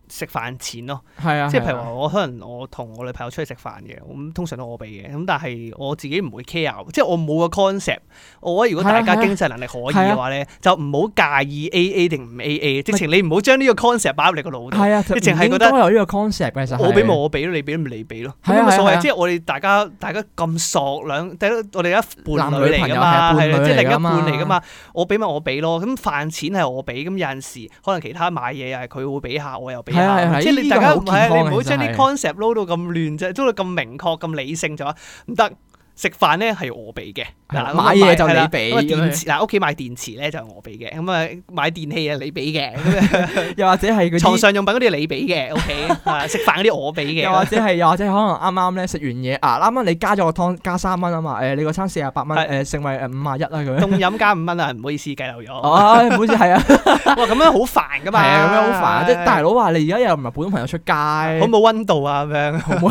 Speaker 1: 食飯錢咯，
Speaker 2: 係啊，
Speaker 1: 即係
Speaker 2: 係
Speaker 1: 譬如
Speaker 2: 啊
Speaker 1: 話我可能我同我女朋友出去食飯嘅，咁通常都我俾嘅，咁但係我自己唔會 care，即係我冇個 concept。我覺得如果大
Speaker 2: 係啊係
Speaker 1: 家
Speaker 2: 啊
Speaker 1: 經濟能力可以嘅話咧，就唔好介意 A A 定唔 A A，直情你唔好將呢個 concept 擺入你個腦度。
Speaker 2: 係啊，
Speaker 1: 你淨係覺
Speaker 2: 應
Speaker 1: 得
Speaker 2: 該有呢個 concept 嘅，其實係
Speaker 1: 我俾咪我俾咯，你俾咪你俾咯，咁
Speaker 2: 係啊
Speaker 1: 有乜所
Speaker 2: 係啊
Speaker 1: 謂？即係我哋大家大家咁索兩，大家我哋一伴侶嚟噶
Speaker 2: 男
Speaker 1: 嘛，
Speaker 2: 女
Speaker 1: 係啊啦，
Speaker 2: 朋友係伴侶嚟㗎嘛
Speaker 1: 即係另一半嚟噶嘛。我俾咪我俾咯，咁飯錢係我俾，咁有陣時可能其他買嘢又係佢會俾下，我又俾下。
Speaker 2: 係啊係啊
Speaker 1: 即係
Speaker 2: 呢
Speaker 1: 你
Speaker 2: 個
Speaker 1: 大家
Speaker 2: 好
Speaker 1: 唔
Speaker 2: 健康
Speaker 1: 係
Speaker 2: 嘅
Speaker 1: 你唔好將
Speaker 2: 其實
Speaker 1: 啲
Speaker 2: 係
Speaker 1: concept 撈到咁亂啫，撈到咁明確咁理性就話唔得。食飯咧係我俾嘅，
Speaker 2: 係
Speaker 1: 嗱啊
Speaker 2: 買嘢就
Speaker 1: 係啦
Speaker 2: 你俾
Speaker 1: 咁啊
Speaker 2: 咁樣
Speaker 1: 電池嗱屋企買電池咧就係我俾嘅，咁啊買電器啊你俾嘅，咁啊
Speaker 2: 又或者係嗰
Speaker 1: 床
Speaker 2: 啲。
Speaker 1: 上用品嗰啲係你俾嘅，OK，啊 食飯嗰啲我俾嘅。
Speaker 2: 又或者係，又或者可能啱啱咧食完嘢啊，啱啱你加咗個湯加三蚊啊嘛，誒你個餐四廿八蚊，
Speaker 1: 係
Speaker 2: 誒成為誒五廿一 啦咁樣。
Speaker 1: 凍飲加五蚊啊，唔好意思計漏咗。哇，
Speaker 2: 哦，唔好意思，係啊，
Speaker 1: 咁樣好煩噶
Speaker 2: 係
Speaker 1: 嘛，
Speaker 2: 啊，咁樣 好煩。即係大佬話你而家又唔係普通朋友出街，
Speaker 1: 好冇温度啊，咁樣
Speaker 2: 好唔好？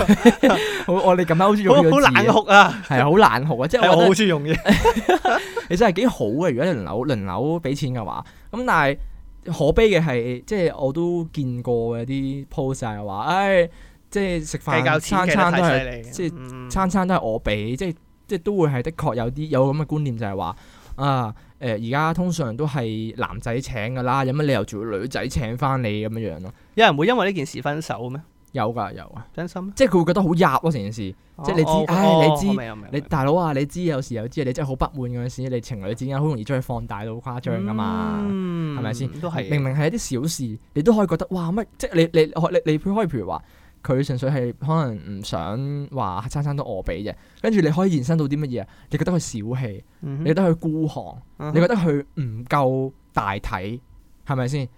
Speaker 2: 好我哋咁啱好中意
Speaker 1: 好
Speaker 2: 用呢
Speaker 1: 好
Speaker 2: 個字
Speaker 1: 冷酷啊，
Speaker 2: 係啊，好冷酷啊！即係
Speaker 1: 係
Speaker 2: 我
Speaker 1: 我
Speaker 2: 覺
Speaker 1: 好
Speaker 2: 得
Speaker 1: 中意用嘅。
Speaker 2: 你真係幾好嘅。如果你輪流輪流俾錢嘅話，咁但係可悲嘅係，即係我都見過有啲 post 就係話，唉，即係 食
Speaker 1: 計
Speaker 2: 飯
Speaker 1: 較錢
Speaker 2: 餐
Speaker 1: 計
Speaker 2: 餐
Speaker 1: 得
Speaker 2: 都係
Speaker 1: 太犀利，嗯
Speaker 2: 即係
Speaker 1: 係
Speaker 2: 餐餐都係我俾，即係即係都會係的確有啲有咁嘅觀念就係話啊誒，而家通常都係男仔請㗎啦，有乜理由仲要女仔請翻你咁樣樣咯？
Speaker 1: 有人會因為呢件事分手咩？
Speaker 2: 有㗎有啊，
Speaker 1: 真心咩？
Speaker 2: 即係佢會覺得好入咯成件事。即係你知
Speaker 1: 哦
Speaker 2: 唉
Speaker 1: 哦
Speaker 2: 你知
Speaker 1: 我明我明
Speaker 2: 你大佬啊，你知有時有啲嘢你真係好不滿嗰陣時，你情侶之間好容易將佢放大到誇張噶嘛，
Speaker 1: 係
Speaker 2: 係咪先？
Speaker 1: 嗯都係
Speaker 2: 明明係一啲小事，你都可以覺得哇乜，即係你你你你可以譬如話佢純粹係可能唔想話餐餐都我俾啫，跟住你可以延伸到啲乜嘢啊？你覺得佢小氣，你
Speaker 1: 明
Speaker 2: 覺得佢孤寒，
Speaker 1: 嗯
Speaker 2: 你覺得佢唔夠大體，係咪先？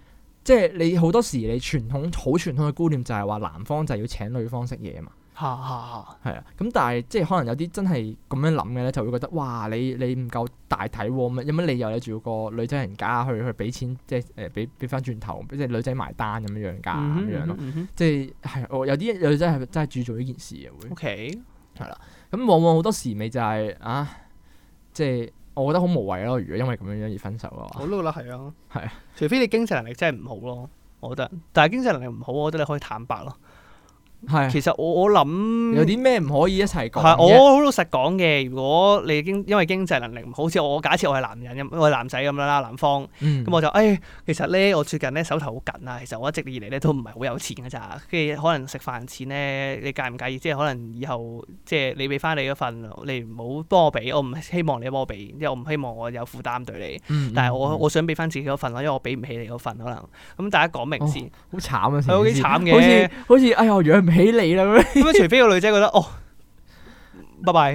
Speaker 2: 即係你好多時你傳統好傳統嘅觀念就係話男方就係要請女方食嘢嘛。
Speaker 1: 嚇嚇
Speaker 2: 係啊，咁但係即係可能有啲真係咁樣諗嘅咧，就會覺得哇，你你唔夠大體喎，咁有乜理由你仲要個女仔人家去去俾錢，即係誒俾俾翻轉頭，即係女仔埋單咁樣樣㗎，
Speaker 1: 嚇
Speaker 2: 咁、樣
Speaker 1: 嗯
Speaker 2: 咯，嗯即係係我有啲女仔係真係注重呢件事嘅會，
Speaker 1: OK，
Speaker 2: 咁往往好多時咪就係、啊，即係我覺得好無謂咯，如果因為咁樣樣而分手嘅話，
Speaker 1: 我都覺得係啊，
Speaker 2: 係啊，
Speaker 1: 除非你經濟能力真係唔好咯，我覺得。但係經濟能力唔好，我覺得你可以坦白咯。
Speaker 2: 係啊
Speaker 1: 其實我我諗
Speaker 2: 有啲咩唔可以一齊講
Speaker 1: 係
Speaker 2: 嘅？
Speaker 1: 我好老實講嘅，如果你經因為經濟能力唔好，似我假設我係男人咁，我係男仔咁樣啦，男方
Speaker 2: 嗯
Speaker 1: 咁我就誒、哎其實咧我最近咧手頭好緊啊，其實我一直以嚟咧都唔係好有錢㗎咋，跟住可能食飯錢咧，你介唔介意？即係可能以後即係你俾翻你嗰份，你唔好幫我俾，我唔希望你幫我俾，因為我唔希望我有負擔對你。
Speaker 2: 嗯
Speaker 1: 但係我
Speaker 2: 嗯
Speaker 1: 我想俾翻自己嗰份咯，因為我俾唔起你嗰份可能。咁大家講明先，
Speaker 2: 好慘啊！
Speaker 1: 係好
Speaker 2: 成件
Speaker 1: 幾慘
Speaker 2: 事好似
Speaker 1: 嘅。
Speaker 2: 好似哎呀，我養唔起你啦咁樣。
Speaker 1: 咁樣除非個女仔覺得哦。拜 拜，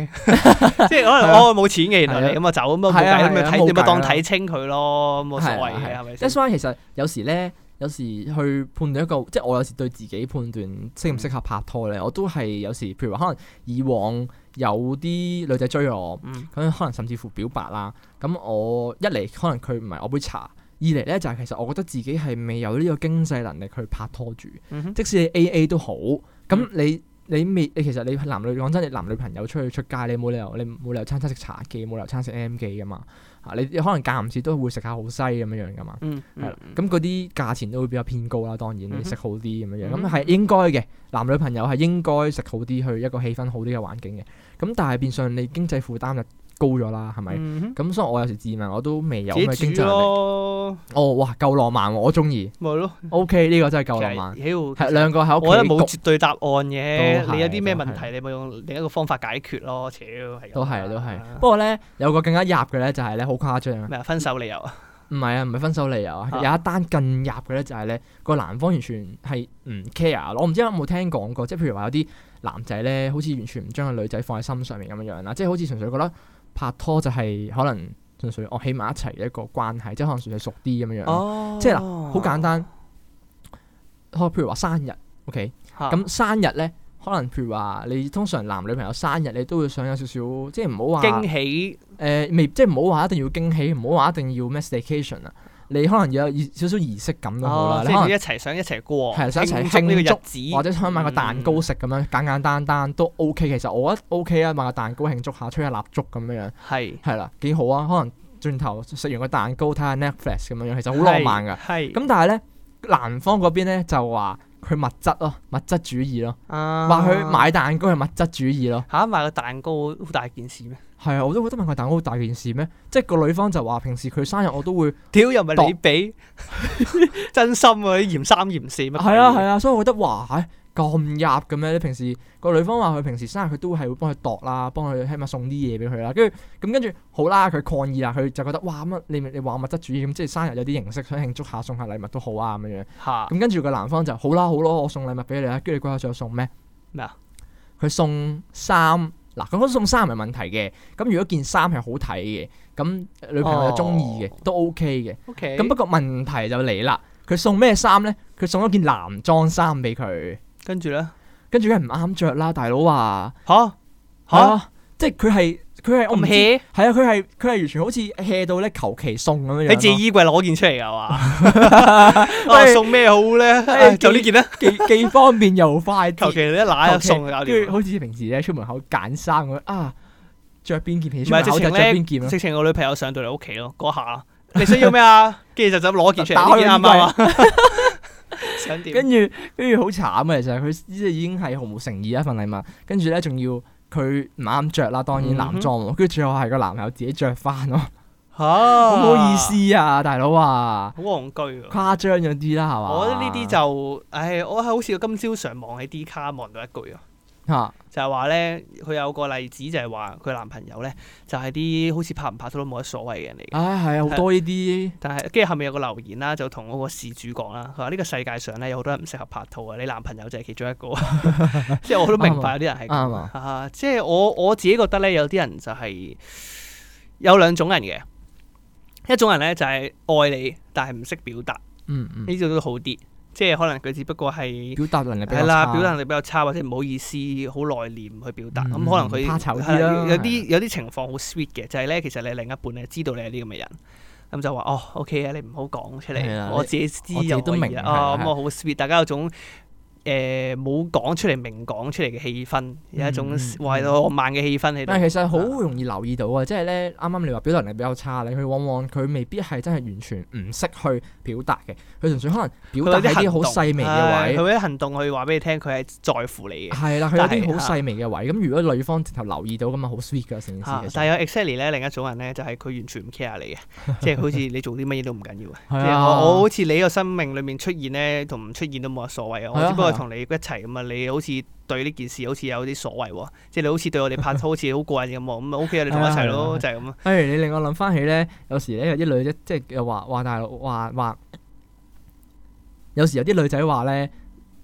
Speaker 1: 即係可能哦我冇錢嘅，原來你咁啊走咁啊冇
Speaker 2: 啊係啊
Speaker 1: 計，咁咪
Speaker 2: 係
Speaker 1: 睇
Speaker 2: 啊冇
Speaker 1: 你咪
Speaker 2: 計
Speaker 1: 當
Speaker 2: 啦
Speaker 1: 睇清佢咯，冇所
Speaker 2: 係啊
Speaker 1: 謂嘅
Speaker 2: 係啊
Speaker 1: 係咪
Speaker 2: t
Speaker 1: 先
Speaker 2: h？其實有時咧，有時去判斷一個，即係我有時對自己判斷適唔適合拍拖
Speaker 1: 嗯
Speaker 2: 咧，我都係有時，譬如話可能以往有啲女仔追我，
Speaker 1: 嗯
Speaker 2: 咁可能甚至乎表白啦，咁我一嚟可能佢唔係我杯茶。二嚟咧就係、其實我覺得自己係未有呢個經濟能力去拍拖住，
Speaker 1: 嗯哼
Speaker 2: 即使你 A A 都好，咁
Speaker 1: 嗯
Speaker 2: 你你未你其實你男女講真，你男女朋友出去出街，你冇理由你冇理由餐餐食茶記，冇理由餐食 M 記噶嘛，啊你你可能間唔時都會食下好西咁樣樣噶嘛，
Speaker 1: 嗯
Speaker 2: 係啦
Speaker 1: 嗯，
Speaker 2: 咁嗰啲價錢都會比較偏高啦，當然你
Speaker 1: 嗯哼
Speaker 2: 食好啲咁樣樣，咁
Speaker 1: 嗯
Speaker 2: 係應該嘅。男女朋友係應該食好啲，去一個氣氛好啲嘅環境嘅。咁但係變相你經濟負擔就高咗啦，係咪？
Speaker 1: 嗯哼
Speaker 2: 咁所以我有時自問我都未有咁嘅
Speaker 1: 自
Speaker 2: 經
Speaker 1: 己煮
Speaker 2: 濟能力。
Speaker 1: 咯，
Speaker 2: 哦，哇，夠浪漫喎，我中意。
Speaker 1: 咪咯，
Speaker 2: OK，呢個真係
Speaker 1: 其
Speaker 2: 夠浪漫。
Speaker 1: 實妖
Speaker 2: 係兩個喺屋
Speaker 1: 嗯
Speaker 2: 企
Speaker 1: 我覺得冇
Speaker 2: 焗
Speaker 1: 絕對答案嘅，
Speaker 2: 都係
Speaker 1: 你有啲咩
Speaker 2: 都係
Speaker 1: 問題，你咪用另一個方法解決咯。屌，係咁
Speaker 2: 都係都係。
Speaker 1: 啊
Speaker 2: 不過咧，有個更加入嘅咧，就係咧好誇張啊。
Speaker 1: 咩啊？分手理由啊？
Speaker 2: 唔係啊，唔係分手理由啊，
Speaker 1: 啊
Speaker 2: 有一單更入嘅咧，就係咧個男方完全係唔 care 咯。我唔知有冇聽講過，即係譬如話有啲男仔咧，好似完全唔將個女仔放喺心上面咁樣樣啦，即係好似純粹覺得拍拖就係可能純粹我起埋一齊嘅一個關係，即係可能純粹熟啲咁樣樣。好、
Speaker 1: 哦
Speaker 2: 即係嗱簡單，可譬如話生日，OK，
Speaker 1: 嚇
Speaker 2: 咁、生日咧，可能譬如話你通常男女朋友生日，你都會想有少少，即係唔好話
Speaker 1: 驚喜
Speaker 2: 誒、呃未即係唔好話一定要驚喜，唔好話一定要咩 staycation 啊，你可能要有少少儀式感都好啦，
Speaker 1: 哦，
Speaker 2: 你
Speaker 1: 即
Speaker 2: 可
Speaker 1: 係
Speaker 2: 能
Speaker 1: 一齊想一齊過，
Speaker 2: 係想一齊
Speaker 1: 慶祝呢
Speaker 2: 慶
Speaker 1: 個
Speaker 2: 祝
Speaker 1: 日子，
Speaker 2: 或者想買個蛋糕食咁
Speaker 1: 嗯
Speaker 2: 樣，簡簡單單都 OK。其實我覺得 OK 啊，買個蛋糕慶祝下，吹下蠟燭咁樣樣，
Speaker 1: 係
Speaker 2: 係啦，幾好啊。可能轉頭食完個蛋糕睇下 Netflix 咁樣樣，其實好浪漫㗎。
Speaker 1: 係
Speaker 2: 咁但係咧，男方嗰邊咧就話佢物質咯，物質主義咯，
Speaker 1: 啊
Speaker 2: 話佢買蛋糕係物質主義咯。
Speaker 1: 嚇買個蛋糕好大件事咩？
Speaker 2: 係啊，我都覺得問佢蛋糕好大件事咩？即係個女方就話平時佢生日我都會。
Speaker 1: 屌又唔係你俾， 真心啊！你嫌三嫌四乜鬼嘢？
Speaker 2: 係啊係啊，所以我覺得哇，唉咁入嘅咩？你平時個女方話佢平時生日佢都係會幫佢度啦，幫佢起碼送啲嘢俾佢啦。跟住咁跟住好啦，佢抗議啦，佢就覺得哇乜你你話物質主義咁，即係生日有啲形式想慶祝下，送下禮物都好啊咁樣樣。
Speaker 1: 嚇
Speaker 2: 咁跟住個男方就好啦好咯，我送禮物俾你啦。跟住你估下最後送咩？
Speaker 1: 咩啊？
Speaker 2: 佢送衫。嗱，佢講送衫唔係問題嘅，咁如果件衫係好睇嘅，咁呃女朋友又中意嘅，都 OK 嘅。
Speaker 1: OK，
Speaker 2: 咁不過問題就嚟啦，佢送咩衫咧？佢送咗件男裝衫俾佢，
Speaker 1: 跟住咧
Speaker 2: 跟住梗係唔啱着啦，大佬話
Speaker 1: 嚇
Speaker 2: 嚇，
Speaker 1: 嚇
Speaker 2: 啊即係佢係佢係我唔
Speaker 1: 咁
Speaker 2: 知，
Speaker 1: hea。
Speaker 2: 係啊，佢係佢係完全好似 hea 到咧，求其送咁樣樣
Speaker 1: 喺自己
Speaker 2: 咯，
Speaker 1: 衣櫃攞件出嚟 㗎嘛？啊
Speaker 2: 喂
Speaker 1: 送咩好咧？唉就呢件啦，
Speaker 2: 既既方便又快 捷，
Speaker 1: 求其你一揦
Speaker 2: 求
Speaker 1: 就
Speaker 2: 其
Speaker 1: 送就搞
Speaker 2: 跟住
Speaker 1: 掂。
Speaker 2: 好似平時咧出門口揀衫咁樣啊，着邊件平
Speaker 1: 唔
Speaker 2: 時出門
Speaker 1: 係
Speaker 2: 口
Speaker 1: 直情
Speaker 2: 就着邊
Speaker 1: 咧，
Speaker 2: 件咯，
Speaker 1: 直情我女朋友上到嚟屋企咯，嗰下啊 你想要咩啊？跟住就就攞件出
Speaker 2: 打
Speaker 1: 嚟，呢件啱
Speaker 2: 開
Speaker 1: 唔
Speaker 2: 個衣
Speaker 1: 啱啊？ 想點？
Speaker 2: 跟住跟住好慘啊嘅，其實佢即係已經係毫無誠意一份禮物，跟住咧仲要佢唔啱着啦，當然
Speaker 1: 嗯哼
Speaker 2: 男裝喎，跟住最後係個男朋友自己着翻咯。
Speaker 1: 嚇，
Speaker 2: 好
Speaker 1: 好
Speaker 2: 唔好意，思啊，大佬啊，
Speaker 1: 好戇居喎。
Speaker 2: 誇張咗啲啦，係嘛？
Speaker 1: 哦我覺得呢啲就，唉，我係好似今朝上網喺 D 卡望到一句啊。
Speaker 2: 嚇
Speaker 1: 就係話咧，佢有個例子就係話佢男朋友咧，就係啲好似拍唔拍拖都冇乜所謂嘅人嚟嘅。
Speaker 2: 唉係啊好多呢啲
Speaker 1: 但係跟住後面有個留言啦，就同嗰個事主講啦，佢話呢個世界上咧有好多人唔適合拍拖啊，你男朋友就係其中一個。即係我都明白有啲人係咁
Speaker 2: 啱啊
Speaker 1: 啊，即係我我自己覺得咧，有啲人就係有兩種人嘅，一種人咧就係愛你，但係唔識表達，
Speaker 2: 嗯嗯
Speaker 1: 呢種都好啲，即係可能佢只不過係。
Speaker 2: 表達能力比
Speaker 1: 係
Speaker 2: 較
Speaker 1: 啦，
Speaker 2: 差，
Speaker 1: 表達能力比較差，或者唔好意思，好內斂去表達。咁、
Speaker 2: 嗯
Speaker 1: 可能佢
Speaker 2: 怕醜啲
Speaker 1: 係
Speaker 2: 啦
Speaker 1: 有
Speaker 2: 係
Speaker 1: 啲有啲情況好 sweet 嘅，就係、咧，其實你另一半咧知道你係啲咁嘅人，咁就話哦，OK 啊，你唔好講出
Speaker 2: 係啦
Speaker 1: 嚟，我自己知
Speaker 2: 我自己
Speaker 1: 又
Speaker 2: 都
Speaker 1: 可以啊
Speaker 2: 明
Speaker 1: 啦。
Speaker 2: 係啦
Speaker 1: 哦，咁我好 sweet，大家有種誒冇講出嚟明講出嚟嘅氣氛，有一種
Speaker 2: 嗯嗯
Speaker 1: 懷到浪漫嘅氣氛喺度。
Speaker 2: 但係其實好容易留意到啊，即係咧，啱啱你話表達能力比較差咧，佢往往佢未必係真係完全唔識去表達嘅，佢純粹可能表達喺啲好細微嘅
Speaker 1: 係
Speaker 2: 位
Speaker 1: 佢。會啲行動去話俾你聽，佢係在乎你嘅。
Speaker 2: 係啦，佢有
Speaker 1: 但係啊
Speaker 2: 啲好細微嘅位，咁如果女方直頭留意到咁啊，好 sweet 噶成件
Speaker 1: 啊
Speaker 2: 事其
Speaker 1: 但係
Speaker 2: 實。
Speaker 1: 有 exactly 咧，另一種人咧就係佢完全唔 care 你嘅，即係好似你做啲乜嘢都唔緊要嘅。
Speaker 2: 係
Speaker 1: 即係我我
Speaker 2: 啊
Speaker 1: 好，似你個生命裏面出現咧，同唔出現都冇乜所謂啊！
Speaker 2: 係
Speaker 1: 我
Speaker 2: 啊
Speaker 1: 只不過
Speaker 2: 係啊
Speaker 1: 同你一齊咁啊，你好似對呢件事好似有啲所謂喎，即係你好似對我哋拍 拖好似好過癮咁喎，咁 OK 啊，你同我一齊
Speaker 2: 係啊係啊係
Speaker 1: 咯，
Speaker 2: 啊
Speaker 1: 就係咁啊。
Speaker 2: 誒你令我諗翻起咧，有時咧有啲女仔即係又話話大陸話話，有時有啲女仔話咧，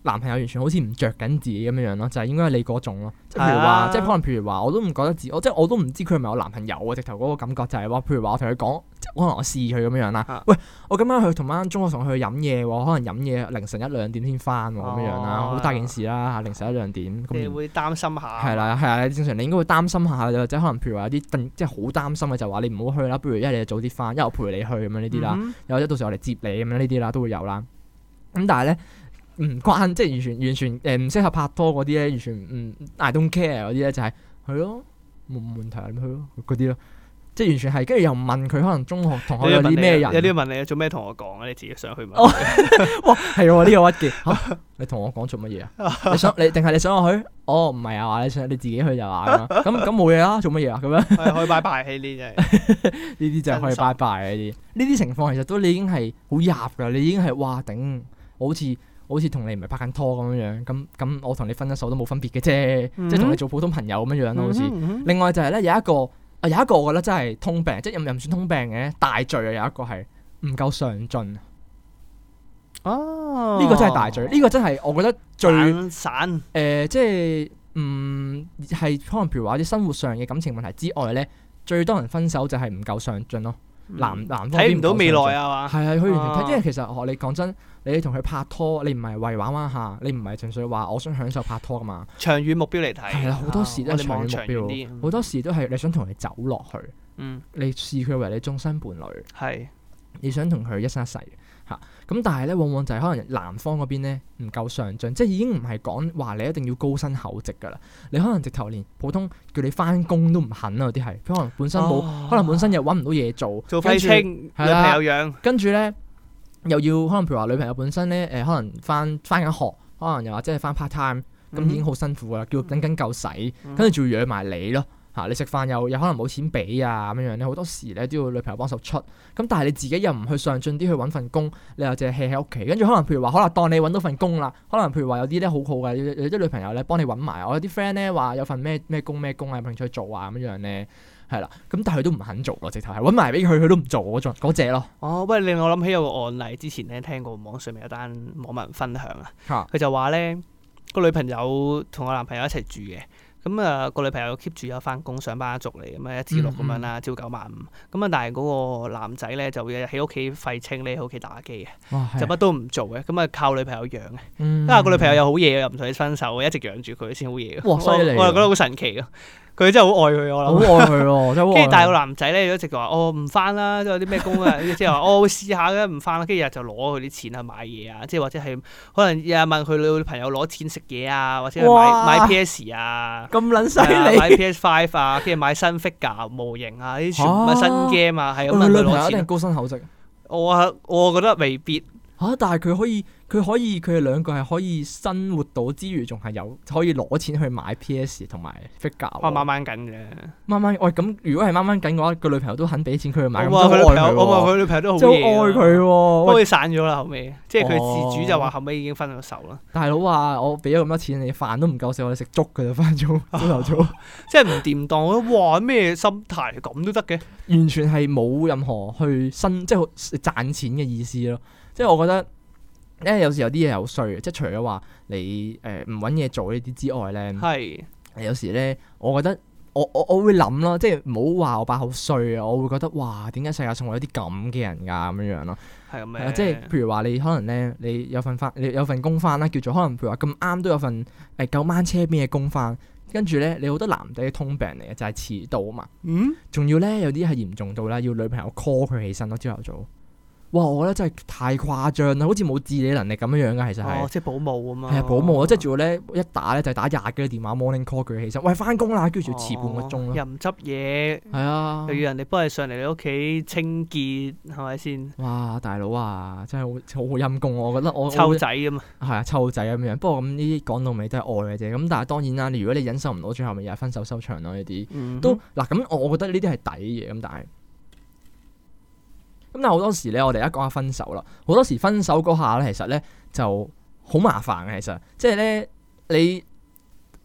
Speaker 2: 男朋友完全好似唔着緊自己咁樣樣咯，就係應該係你嗰種咯，即係譬
Speaker 1: 係
Speaker 2: 如
Speaker 1: 啊
Speaker 2: 話，即係可能譬如話，我都唔覺得自我，哦即係我都唔知佢係咪我男朋友啊，直頭嗰個感覺就係話，譬如話我同佢講，即係可能我試佢咁樣樣啦
Speaker 1: 啊，
Speaker 2: 喂，我今晚去同班中學同學去飲嘢喎，可能飲嘢凌晨一兩點先翻喎咁樣樣啦，
Speaker 1: 哦
Speaker 2: 好大件事啦嚇，凌晨一兩點咁
Speaker 1: 你
Speaker 2: 然
Speaker 1: 會擔心下。
Speaker 2: 係啦，係啊，正常你應該會擔心下，或者可能譬如話有啲真即係好擔心嘅，就話你唔好去啦，不如一係你就早啲翻，一係我陪你去咁樣呢啲啦，
Speaker 1: 嗯
Speaker 2: 又或者到時候我嚟接你咁樣呢啲啦，都會有啦。咁但係咧唔關，即係完全完全誒唔適合拍拖嗰啲咧，完全唔 I don't care 嗰啲咧，就係係咯，冇冇問題你去咯嗰啲咯，即係完全係跟住又問佢可能中學同
Speaker 1: 哼
Speaker 2: 學有啲咩
Speaker 1: 有啲
Speaker 2: 人，啊
Speaker 1: 問你啊做咩同我講啊？你自己上去問。
Speaker 2: 哦哇係喎呢 個屈嘅嚇，你同我講做乜嘢啊？你想你定係你想我去？哦唔係啊話你想你自己去就話咁樣 咁咁冇嘢啦，做乜嘢啊咁樣？
Speaker 1: 係可以拜拜喺呢啲真 係。
Speaker 2: 呢啲就係可
Speaker 1: 真
Speaker 2: 以
Speaker 1: 心
Speaker 2: 拜拜啊！呢啲呢啲情況其實都你已經係好入噶，你已經係哇頂！我好似我好似同你唔係拍緊拖咁樣樣，咁咁我同你分咗手都冇分別嘅啫，
Speaker 1: 嗯
Speaker 2: 即係同你做普通朋友咁樣樣咯，好似。
Speaker 1: 嗯哼
Speaker 2: 另外就係咧有一個啊有一個我覺得真係通病，即係又唔算通病嘅大罪啊！有一個係唔夠上進，呢
Speaker 1: 哦，啊
Speaker 2: 個真係大罪，呢個真係我覺得最
Speaker 1: 懶散
Speaker 2: 誒、呃即係嗯係可能譬如話啲生活上嘅感情問題之外咧，最多人分手就係唔夠上進咯。男
Speaker 1: 嗯
Speaker 2: 男方
Speaker 1: 睇唔到未來
Speaker 2: 啊！
Speaker 1: 啊嘛。
Speaker 2: 係啊，佢完全睇，
Speaker 1: 啊
Speaker 2: 因為其實學你講真，你同佢拍拖，你唔係為玩玩下，你唔係純粹話我想享受拍拖噶嘛，
Speaker 1: 長遠目標嚟睇。
Speaker 2: 係啦，好多時都係
Speaker 1: 啊我哋
Speaker 2: 長
Speaker 1: 望
Speaker 2: 遠
Speaker 1: 遠
Speaker 2: 目標，好
Speaker 1: 啲。
Speaker 2: 多時都係你想同佢走落去，
Speaker 1: 嗯，
Speaker 2: 你視佢為你終身伴侶，
Speaker 1: 係
Speaker 2: 你想同佢一生一世嚇。咁但係咧，往往就係可能男方嗰邊咧唔夠上進，即係已經唔係講話你一定要高薪厚職噶啦，你可能直頭連普通叫你翻工都唔肯啊，有啲係，佢可能本身冇，可能本身又揾唔到嘢做，
Speaker 1: 哦做
Speaker 2: 跟
Speaker 1: 廢
Speaker 2: 住
Speaker 1: 青，女朋
Speaker 2: 係啊啦
Speaker 1: 友養。
Speaker 2: 跟住咧又要可能譬如話女朋友本身咧誒、可能翻翻緊學，可能又或者係翻 part time，咁已經好辛苦噶啦，叫等緊夠使，
Speaker 1: 嗯
Speaker 2: 跟住仲要養埋你咯。嚇、你食飯又又可能冇錢俾啊咁樣樣咧，好多時咧都要女朋友幫手出。咁但係你自己又唔去上進啲去揾份工，你又淨係 hea 喺屋企。跟住可能譬如話，可能當你揾到份工啦，可能譬如話有啲咧好好嘅，有有啲女朋友咧幫你揾埋。我有啲 friend 咧話有份咩咩工咩工啊，有興趣做啊咁樣樣咧，係啦。咁但係佢都唔肯做咯，直頭係揾埋俾佢，佢都唔做嗰種嗰只咯。
Speaker 1: 哦，喂，令我諗起有個案例，之前咧聽過網上面有單網民分享啊，
Speaker 2: 嚇
Speaker 1: 佢就話咧個女朋友同個男朋友一齊住嘅，咁啊個女朋友 keep 住有翻工上班族嚟，咁啊一至六咁樣
Speaker 2: 嗯
Speaker 1: 啦，朝九晚五，咁啊但係嗰個男仔咧就會日日喺屋企廢青咧，喺屋企打機嘅，
Speaker 2: 哇，
Speaker 1: 就乜都唔做嘅，咁啊靠女朋友養嘅，
Speaker 2: 嗯
Speaker 1: 啊個女朋友又好嘢，又唔想分手嘅，一直養住佢先好嘢嘅，
Speaker 2: 哇犀利
Speaker 1: 我我
Speaker 2: 喎
Speaker 1: 就覺得好神奇嘅，佢真係好愛佢我
Speaker 2: 好
Speaker 1: 諗。
Speaker 2: 愛佢喎，真係好愛
Speaker 1: 跟
Speaker 2: 佢
Speaker 1: 住但係個男仔咧，一直就話哦唔翻啦，即係有啲咩工啊， 即係話我會試下嘅，唔翻啦。跟住日日就攞佢啲錢去買嘢啊，即係或者係可能日日問佢女朋友攞錢食嘢啊，或者係
Speaker 2: 哇
Speaker 1: 買買 PS 啊。
Speaker 2: 咁撚
Speaker 1: 係啊
Speaker 2: 犀
Speaker 1: 買
Speaker 2: 利。
Speaker 1: PS Five 啊，跟住買新 figure 模型啊，呢啲全部
Speaker 2: 啊
Speaker 1: 係新 game 啊，係咁
Speaker 2: 佢
Speaker 1: 問
Speaker 2: 女
Speaker 1: 佢
Speaker 2: 朋友
Speaker 1: 攞
Speaker 2: 一定
Speaker 1: 錢。
Speaker 2: 高薪厚職
Speaker 1: 我啊我覺得未必，
Speaker 2: 嚇，啊但係佢可以，佢可以，佢哋兩個係可以生活到之餘，仲係有可以攞錢去買 PS 同埋 figure
Speaker 1: 我
Speaker 2: 喎。
Speaker 1: 慢慢緊嘅。
Speaker 2: 慢慢喂，咁如果係掹掹緊嘅話，個女朋友都肯俾錢佢去買，咁
Speaker 1: 我話
Speaker 2: 都
Speaker 1: 佢女朋
Speaker 2: 好愛佢
Speaker 1: 友，我話
Speaker 2: 喎，
Speaker 1: 佢女朋友都好
Speaker 2: 真係
Speaker 1: 嘢啊
Speaker 2: 好愛佢
Speaker 1: 不
Speaker 2: 喎。
Speaker 1: 過
Speaker 2: 喂
Speaker 1: 佢散咗啦，後尾即係佢自主就
Speaker 2: 哦
Speaker 1: 話後尾已經分咗手啦，
Speaker 2: 大佬話我俾咗咁多錢你，飯都唔夠食，我哋食粥㗎就翻早朝 頭早，
Speaker 1: 即係唔掂當。我覺得哇咩心態咁都得嘅。
Speaker 2: 完全係冇任何去新即係好賺錢嘅意思咯。即係我覺得，因為有時有啲嘢係好衰嘅，即係除咗話你誒唔揾嘢做呢啲之外咧。
Speaker 1: 係
Speaker 2: 有時咧，我覺得我我我會諗咯，即係唔好話我把口衰啊，我會覺得哇，點解世界上會有啲咁嘅人㗎咁樣樣咯？
Speaker 1: 係咁
Speaker 2: 係啊，
Speaker 1: 嘅，
Speaker 2: 即係譬如話你可能咧，你有份翻，你有份工翻啦，叫做可能譬如話咁啱都有份誒夠掹車邊嘅工翻，跟住咧你好多男仔嘅通病嚟嘅就係遲到啊嘛，
Speaker 1: 嗯，
Speaker 2: 仲要咧有啲係嚴重到啦，要女朋友 call 佢起身咯，朝頭早。哇！我覺得真係太誇張啦，好似冇自理能力咁樣樣嘅，其實係
Speaker 1: 哦，。即係保姆咁啊。
Speaker 2: 係啊，保姆啊，即係仲要咧一打咧就係打廿幾個電話 morning call 佢起身，喂翻工啦，跟住仲要遲半個鐘
Speaker 1: 哦
Speaker 2: 咯。
Speaker 1: 又唔執嘢，
Speaker 2: 係啊
Speaker 1: 又，要人哋幫你上嚟你屋企清潔，係咪先？
Speaker 2: 哇大佬啊，真係好好好陰公，我覺得我我
Speaker 1: 湊仔咁啊，
Speaker 2: 係啊湊仔咁樣。不過咁呢啲講到尾都係愛嘅啫。咁但係當然啦，你如果你忍受唔到，最後咪又係分手收場咯呢啲。
Speaker 1: 嗯
Speaker 2: 都嗱咁，我我覺得呢啲係抵嘅咁，但係咁但係好多時咧，我哋而家講下分手啦。好多時分手嗰下咧，其實咧就好麻煩嘅，其實即係咧你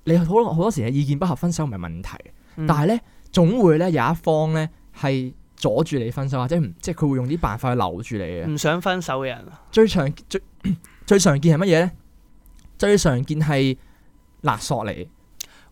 Speaker 2: 你好多好多時係意見不合分手唔係問題，
Speaker 1: 嗯
Speaker 2: 但係咧總會咧有一方咧係阻住你分手，或者唔即係佢會用啲辦法去留住你嘅。
Speaker 1: 唔想分手嘅人，啊
Speaker 2: 最常最 最常見係乜嘢咧？最常見係勒索你、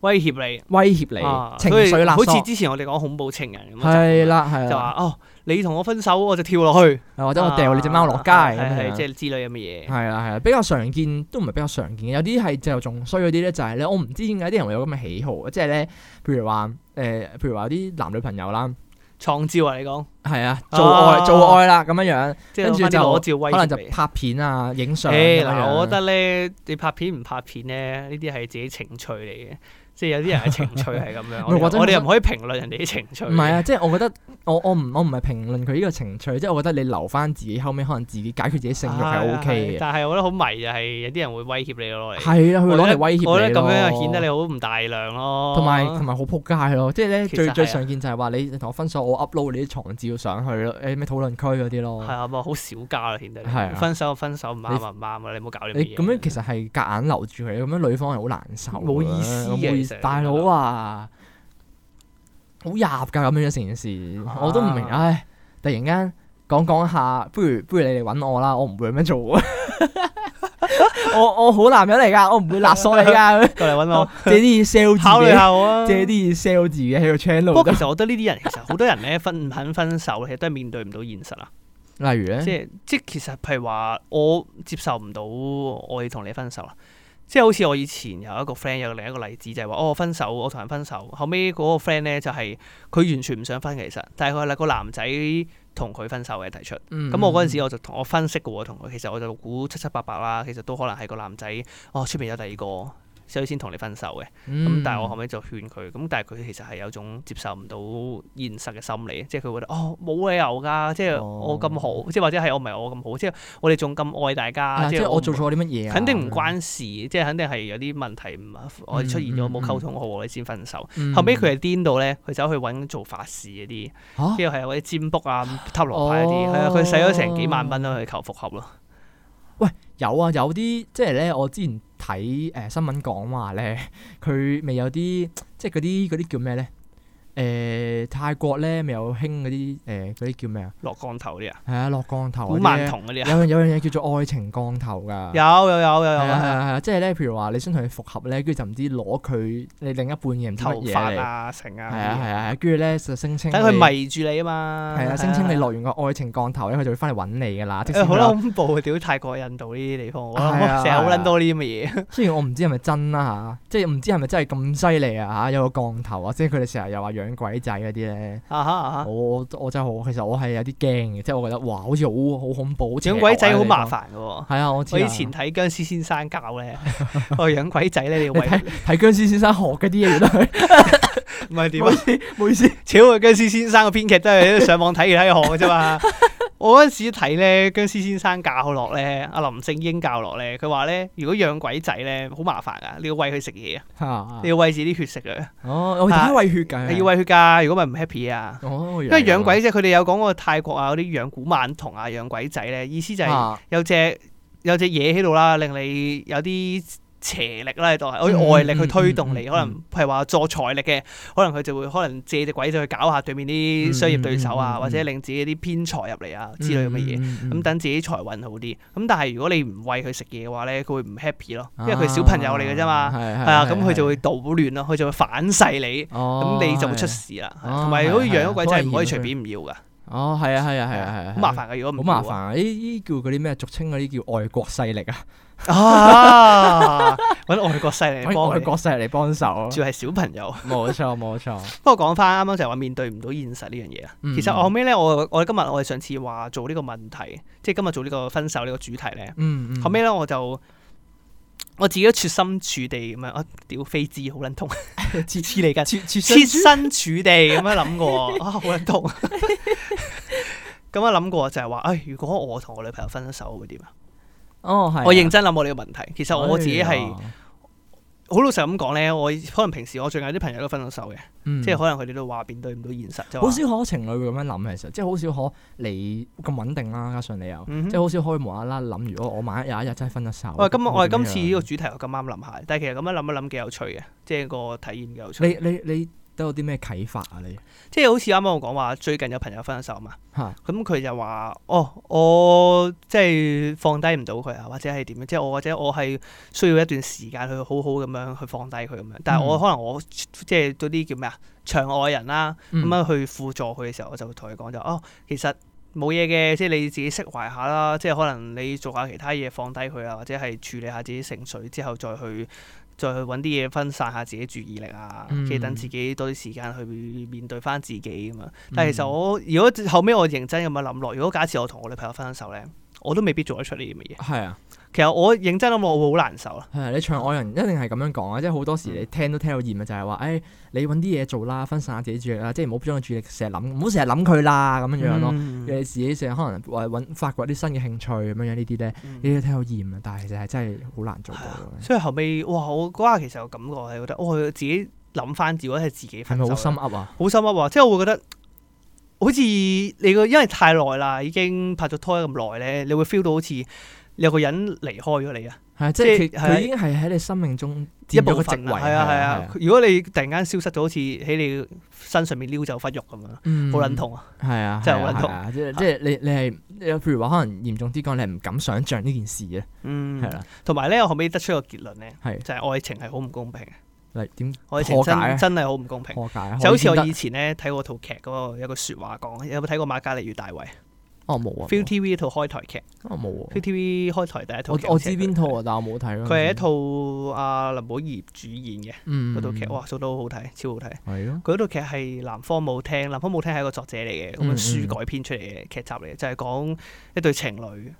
Speaker 1: 威脅你，
Speaker 2: 威脅你、
Speaker 1: 啊
Speaker 2: 情
Speaker 1: 所以
Speaker 2: 緒勒
Speaker 1: 好似
Speaker 2: 索。
Speaker 1: 之前我哋講恐怖情人咁樣
Speaker 2: 係，啦，係啦，
Speaker 1: 就話哦，你同我分手我就跳落去，
Speaker 2: 啊或者我掉你只貓落街
Speaker 1: 係
Speaker 2: 咁
Speaker 1: 係係即
Speaker 2: 樣。
Speaker 1: 係之類咁嘅嘢。
Speaker 2: 係啦係啦，比較常見都唔係比較常見嘅，有啲係就仲衰嗰啲咧，就係咧，我唔知點解啲人會有咁嘅喜好，即係咧，譬如話誒、呃譬如話有啲男女朋友啦，
Speaker 1: 創照啊，你講，
Speaker 2: 係啊，做愛、做愛啦咁樣樣，
Speaker 1: 即
Speaker 2: 跟
Speaker 1: 係
Speaker 2: 住
Speaker 1: 攞翻啲
Speaker 2: 就
Speaker 1: 裸照威
Speaker 2: 可能就
Speaker 1: 脅你。
Speaker 2: 拍片啊、嗯影相咁
Speaker 1: 誒
Speaker 2: 樣
Speaker 1: 嗱，我覺
Speaker 2: 樣。
Speaker 1: 得咧，你拍片唔拍片咧，呢啲係自己情趣嚟嘅，即係有啲人嘅情趣係咁樣。
Speaker 2: 唔係或
Speaker 1: 我
Speaker 2: 者
Speaker 1: 哋我哋又唔可以評論人哋啲情趣。
Speaker 2: 唔係啊，即係我覺得我我唔我唔係評論佢呢個情趣，即係我覺得你留翻自己後尾可能自己解決自己性慾係 O
Speaker 1: 啊係
Speaker 2: K 嘅。
Speaker 1: 但係我覺得好迷就係有啲人會威脅你攞嚟，
Speaker 2: 係啊，佢會攞嚟威
Speaker 1: 我
Speaker 2: 脅
Speaker 1: 覺
Speaker 2: 你
Speaker 1: 得咁樣又
Speaker 2: 咯。
Speaker 1: 顯得你好唔大量咯。
Speaker 2: 同埋同埋好撲街咯，即係咧
Speaker 1: 哦其
Speaker 2: 最
Speaker 1: 實係啊
Speaker 2: 最常見就係話你同我分手，我 upload 你啲床照上去咯，誒咩討論區嗰啲
Speaker 1: 係
Speaker 2: 咯，
Speaker 1: 啊，咪好少家啦，顯得你
Speaker 2: 係啊
Speaker 1: 分手就分手唔啱就唔啱啊，你唔好搞呢啲嘢。
Speaker 2: 你咁樣其實係夾硬留住佢，咁樣女方係好難受，啊
Speaker 1: 冇意思嘅
Speaker 2: 冇意
Speaker 1: 其實
Speaker 2: 大佬啊，好入㗎咁樣成件事，我都唔明，
Speaker 1: 啊
Speaker 2: 唉，突然間講講下，不如不如你嚟揾我啦，我唔會咁樣做喎， 我我好男人嚟㗎，我唔會勒索你 㗎，
Speaker 1: 過嚟揾我
Speaker 2: 借啲嘢 sell
Speaker 1: 哦 考慮
Speaker 2: 自己，
Speaker 1: 下我啊。
Speaker 2: 借啲嘢 sell 自己喺個
Speaker 1: 不過
Speaker 2: channel，
Speaker 1: 其實我覺得呢啲人其實好多人咧分唔肯分手，其實都係面對唔到現實啊。
Speaker 2: 例如咧
Speaker 1: 即。係即係其實譬如話，我接受唔到我要同你分手啦。即係好似我以前有一個 friend 有另一個例子就係話，哦我分手，我同人分手，後尾嗰個 friend 咧就係、佢完全唔想分嘅其實，但係佢係個男仔同佢分手嘅提出。
Speaker 2: 咁
Speaker 1: 咁我嗰陣時我就同我分析嘅喎，同佢其實我就估七七八八啦，其實都可能係個男仔哦出邊有第二個，所以先同你分手嘅。咁、
Speaker 2: 咁
Speaker 1: 但係我後尾就勸佢，咁但係佢其實係有種接受唔到現實嘅心理，即係佢覺得哦冇理由㗎，即係
Speaker 2: 哦
Speaker 1: 我咁好，即係或者係我唔係我咁好，即係我哋仲咁愛大
Speaker 2: 啊
Speaker 1: 家，
Speaker 2: 即
Speaker 1: 係
Speaker 2: 係我
Speaker 1: 唔
Speaker 2: 做錯啲乜嘢啊？
Speaker 1: 肯定唔
Speaker 2: 咁樣。
Speaker 1: 關事，即係肯定係有啲問題唔我哋出現咗冇溝通好，我哋先分手。
Speaker 2: 嗯哦
Speaker 1: 後尾佢係癲到咧，佢走去揾做法事嗰啲。
Speaker 2: 嚇
Speaker 1: 跟住係嗰啲占卜啊、塔羅牌嗰
Speaker 2: 哦
Speaker 1: 啲，係啊，佢使咗成幾萬蚊咯去求復合咯。
Speaker 2: 有啊，有啲即係咧，我之前睇誒新聞講話咧， 佢咪有啲即係嗰啲嗰啲叫咩咧？誒泰國咧咪有興嗰啲誒嗰啲叫咩啊？
Speaker 1: 落降頭嗰啲啊，
Speaker 2: 係啊，落降頭
Speaker 1: 古
Speaker 2: 嗰啲
Speaker 1: 曼
Speaker 2: 呢
Speaker 1: 童嗰啲啊，
Speaker 2: 有樣有樣嘢叫做愛情降頭㗎。
Speaker 1: 有有有有
Speaker 2: 係啊係
Speaker 1: 有
Speaker 2: 啊係啊，即係咧，譬如話你想同佢復合咧，跟住就唔知攞佢你另一半嘅唔知
Speaker 1: 頭
Speaker 2: 乜嘢嚟，
Speaker 1: 髮
Speaker 2: 係啊
Speaker 1: 啊、成啊，
Speaker 2: 係啊係啊，跟住咧就聲稱
Speaker 1: 等佢
Speaker 2: 你
Speaker 1: 迷住你啊嘛。
Speaker 2: 係啊，聲稱你 落完個愛情降頭咧，佢就會翻嚟揾你㗎啦。即使
Speaker 1: 誒好
Speaker 2: 佢
Speaker 1: 啦，
Speaker 2: 有
Speaker 1: 恐怖啊！屌泰國、印度呢啲地方，我
Speaker 2: 係啊
Speaker 1: 成日好撚多呢啲咁嘅嘢。
Speaker 2: 雖然我唔知係咪真啦嚇，即係唔知係咪真係咁犀利啊嚇，有個降頭啊，即係佢哋成日又話養鬼仔嗰啲咧，
Speaker 1: 啊哈啊哈！
Speaker 2: 我我真係好，其實我係有啲驚嘅，即係我覺得哇，好似好好恐怖，好邪惡啊
Speaker 1: 養鬼仔好麻
Speaker 2: 呢
Speaker 1: 煩嘅喎。
Speaker 2: 個地方。係啊，我知
Speaker 1: 我
Speaker 2: 啊
Speaker 1: 以前睇僵屍先生教咧， 我養鬼仔咧，你要
Speaker 2: 你
Speaker 1: 喂
Speaker 2: 睇睇僵屍先生學嗰啲嘢，原來係
Speaker 1: 唔係點
Speaker 2: 唔好
Speaker 1: 啊
Speaker 2: 意？思，唔好 意思，
Speaker 1: 超啊！僵屍先生嘅編劇都係上網睇其他嘢學嘅啫 嘛。我嗰陣時睇咧，僵屍先生教落咧，阿林正英教落咧，佢話咧，如果養鬼仔咧，好麻煩噶，你要喂佢食嘢啊，你要喂自己啲血食啊，
Speaker 2: 哦，我睇下喂血㗎，
Speaker 1: 你要喂血㗎，如果咪唔 happy 啊。
Speaker 2: 哦，
Speaker 1: 因
Speaker 2: 因
Speaker 1: 為養鬼仔，佢哋有講過泰國啊嗰啲養古曼童啊養鬼仔咧，意思就
Speaker 2: 啊
Speaker 1: 係有隻有隻嘢喺度啦，令你有啲邪力啦喺度，好似外力去推動
Speaker 2: 嗯嗯嗯
Speaker 1: 你。
Speaker 2: 嗯
Speaker 1: 可能譬如話助財力嘅，可能佢就會可能借隻鬼仔去搞下對面啲商業對手啊，
Speaker 2: 嗯嗯嗯嗯
Speaker 1: 或者令自己啲偏財入嚟啊之類咁嘅嘢。
Speaker 2: 嘢
Speaker 1: 咁等自己財運好啲。咁但係如果你唔喂佢食嘢嘅話咧，佢會唔 happy 咯，因為佢小朋友嚟嘅啫嘛。
Speaker 2: 啊係
Speaker 1: 係啊，咁佢就
Speaker 2: 會
Speaker 1: 會搗亂咯，佢就會反噬你，
Speaker 2: 咁
Speaker 1: 咁你就會出事啦。係啊
Speaker 2: 哦
Speaker 1: 同埋好似
Speaker 2: 係係
Speaker 1: 養咗鬼仔唔可以
Speaker 2: 係
Speaker 1: 隨便唔要噶。
Speaker 2: 哦，係啊，係啊，係啊，係啊，
Speaker 1: 好麻煩嘅，如果
Speaker 2: 好
Speaker 1: 唔
Speaker 2: 麻
Speaker 1: 顧
Speaker 2: 煩
Speaker 1: 啊
Speaker 2: 啊！呢啲叫嗰啲咩？俗稱嗰啲叫外國勢力啊，
Speaker 1: 啊，揾外國勢 嚟
Speaker 2: 揾
Speaker 1: 幫
Speaker 2: 外
Speaker 1: 你，
Speaker 2: 國勢力幫手 啊。
Speaker 1: 仲係小朋友。
Speaker 2: 冇錯，冇錯。
Speaker 1: 不過講翻啱啱就係話面對唔到現實呢樣嘢啊。
Speaker 2: 嗯
Speaker 1: 其實我後尾咧，我我今日我哋上次話做呢個問題，即係今日做呢個分手呢個主題咧，
Speaker 2: 嗯嗯。
Speaker 1: 後尾咧我就我自己都設身處地咁樣，啊屌飛枝好撚 痛，黐黐你㗎，
Speaker 2: 切切身
Speaker 1: 設身處地咁樣諗 過，啊好撚痛。咁啊諗過就係話，唉、如果我同我女朋友分咗手會點啊？
Speaker 2: 哦，係啊。
Speaker 1: 我認真諗過呢個問題。其實我自己
Speaker 2: 哎
Speaker 1: 係
Speaker 2: 呀，
Speaker 1: 好老實咁講咧，我可能平時我最近有啲朋友都分咗手嘅，
Speaker 2: 嗯
Speaker 1: 即係可能佢哋都話面對唔到現實就話
Speaker 2: 好少可情侶會咁樣諗，其實即係好少可你咁穩定啦，加上你又
Speaker 1: 嗯哼
Speaker 2: 即係好少可以無啦啦諗，如果我萬一有一日真係分咗手，
Speaker 1: 我係今我係今次呢個
Speaker 2: 個
Speaker 1: 主題我咁啱諗下，但係其實咁樣諗一諗幾有趣嘅，即係個體驗幾有趣。
Speaker 2: 你你你都有啲咩啟發啊？你
Speaker 1: 即係好似啱啱我講話，最近有朋友分咗手嘛，
Speaker 2: 嚇
Speaker 1: 咁佢就話：哦，我即係放低唔到佢啊，或者係點樣？即係我或者我係需要一段時間去好好咁樣去放低佢咁樣。但係我
Speaker 2: 嗯
Speaker 1: 可能我即係嗰啲叫咩啊，場外人啦，咁啊
Speaker 2: 嗯
Speaker 1: 樣去輔助佢嘅時候，我就會同佢講就哦，其實冇嘢嘅，即係你自己釋懷下啦，即係可能你做下其他嘢放低佢啊，或者係處理下自己情緒之後再去再去揾啲嘢分散下自己注意力啊，
Speaker 2: 嗯
Speaker 1: 即係等自己多啲時間去面對翻自己咁樣。但
Speaker 2: 嗯
Speaker 1: 係其實我如果後尾我認真咁樣諗落，如果假設我同我女朋友分手咧，我都未必做得出呢啲咁嘅嘢。
Speaker 2: 係啊。
Speaker 1: 其實我認真諗落，我會好難受啦。
Speaker 2: 係你場外人一定係咁樣講啊！即係好多時
Speaker 1: 嗯
Speaker 2: 你聽都聽到厭啊，就係話誒，你揾啲嘢做啦，分散下自己注意力啦，即係唔好將個注意力成日諗，唔好成日諗佢啦咁樣樣咯。
Speaker 1: 嗯
Speaker 2: 你自己成日可能話揾發掘啲新嘅興趣咁樣樣呢啲咧，
Speaker 1: 嗯啊
Speaker 2: 呢啲聽到厭啊，但係其實係真係好難做到啊嘅。
Speaker 1: 所以後尾哇，我嗰下其實有感覺係覺得，我自己諗翻，如果係自己
Speaker 2: 係
Speaker 1: 分手
Speaker 2: 咪
Speaker 1: 呢，
Speaker 2: 好心噏啊？
Speaker 1: 好心噏啊！即係我會覺得，好似你個因為太耐啦，已經拍咗拖咁耐咧，你會 feel 到好似有個人離開咗你啊，
Speaker 2: 係啊即係
Speaker 1: 即係係
Speaker 2: 佢
Speaker 1: 啊
Speaker 2: 佢已經係喺你生命中
Speaker 1: 一
Speaker 2: 佔咗
Speaker 1: 部
Speaker 2: 個
Speaker 1: 分
Speaker 2: 職
Speaker 1: 啊
Speaker 2: 位，
Speaker 1: 係啊係啊！如果你突然間消失咗，好似喺你身上面撩走忽肉咁樣，好
Speaker 2: 嗯
Speaker 1: 撚，痛啊！
Speaker 2: 係啊，
Speaker 1: 真係
Speaker 2: 係
Speaker 1: 好
Speaker 2: 啊
Speaker 1: 撚痛
Speaker 2: 係啊即係即係你你係你譬如話可能嚴重啲講，你係唔敢想像呢件事嘅，
Speaker 1: 嗯
Speaker 2: 係，啦，
Speaker 1: 同埋咧，我後尾得出個結論咧，
Speaker 2: 係
Speaker 1: 就係愛情係好唔公平嘅，
Speaker 2: 嚟點
Speaker 1: 愛情
Speaker 2: 破解
Speaker 1: 真
Speaker 2: 啊
Speaker 1: 真係好唔公平。
Speaker 2: 破解？
Speaker 1: 就好似我
Speaker 2: 可以
Speaker 1: 以
Speaker 2: 點得
Speaker 1: 前咧睇過套劇嗰個有個説話講，有冇睇過《瑪嘉烈與大衛》
Speaker 2: 哦冇啊
Speaker 1: f e e l TV 套開台劇
Speaker 2: 我冇啊
Speaker 1: f e e l TV 開台第一套
Speaker 2: 我
Speaker 1: 劇
Speaker 2: 我
Speaker 1: 就
Speaker 2: 知
Speaker 1: 係佢
Speaker 2: 邊套啊，但我冇睇咯。
Speaker 1: 佢係一套阿林保怡主演嘅
Speaker 2: 嗯
Speaker 1: 嗰套劇，哇，做到好好睇，超好睇。
Speaker 2: 係咯，
Speaker 1: 佢嗰套劇係南方舞廳，南方舞廳係一個作者嚟嘅，咁
Speaker 2: 嗯
Speaker 1: 樣
Speaker 2: 嗯
Speaker 1: 書改編出嚟嘅劇集嚟嘅，就係講一對情侶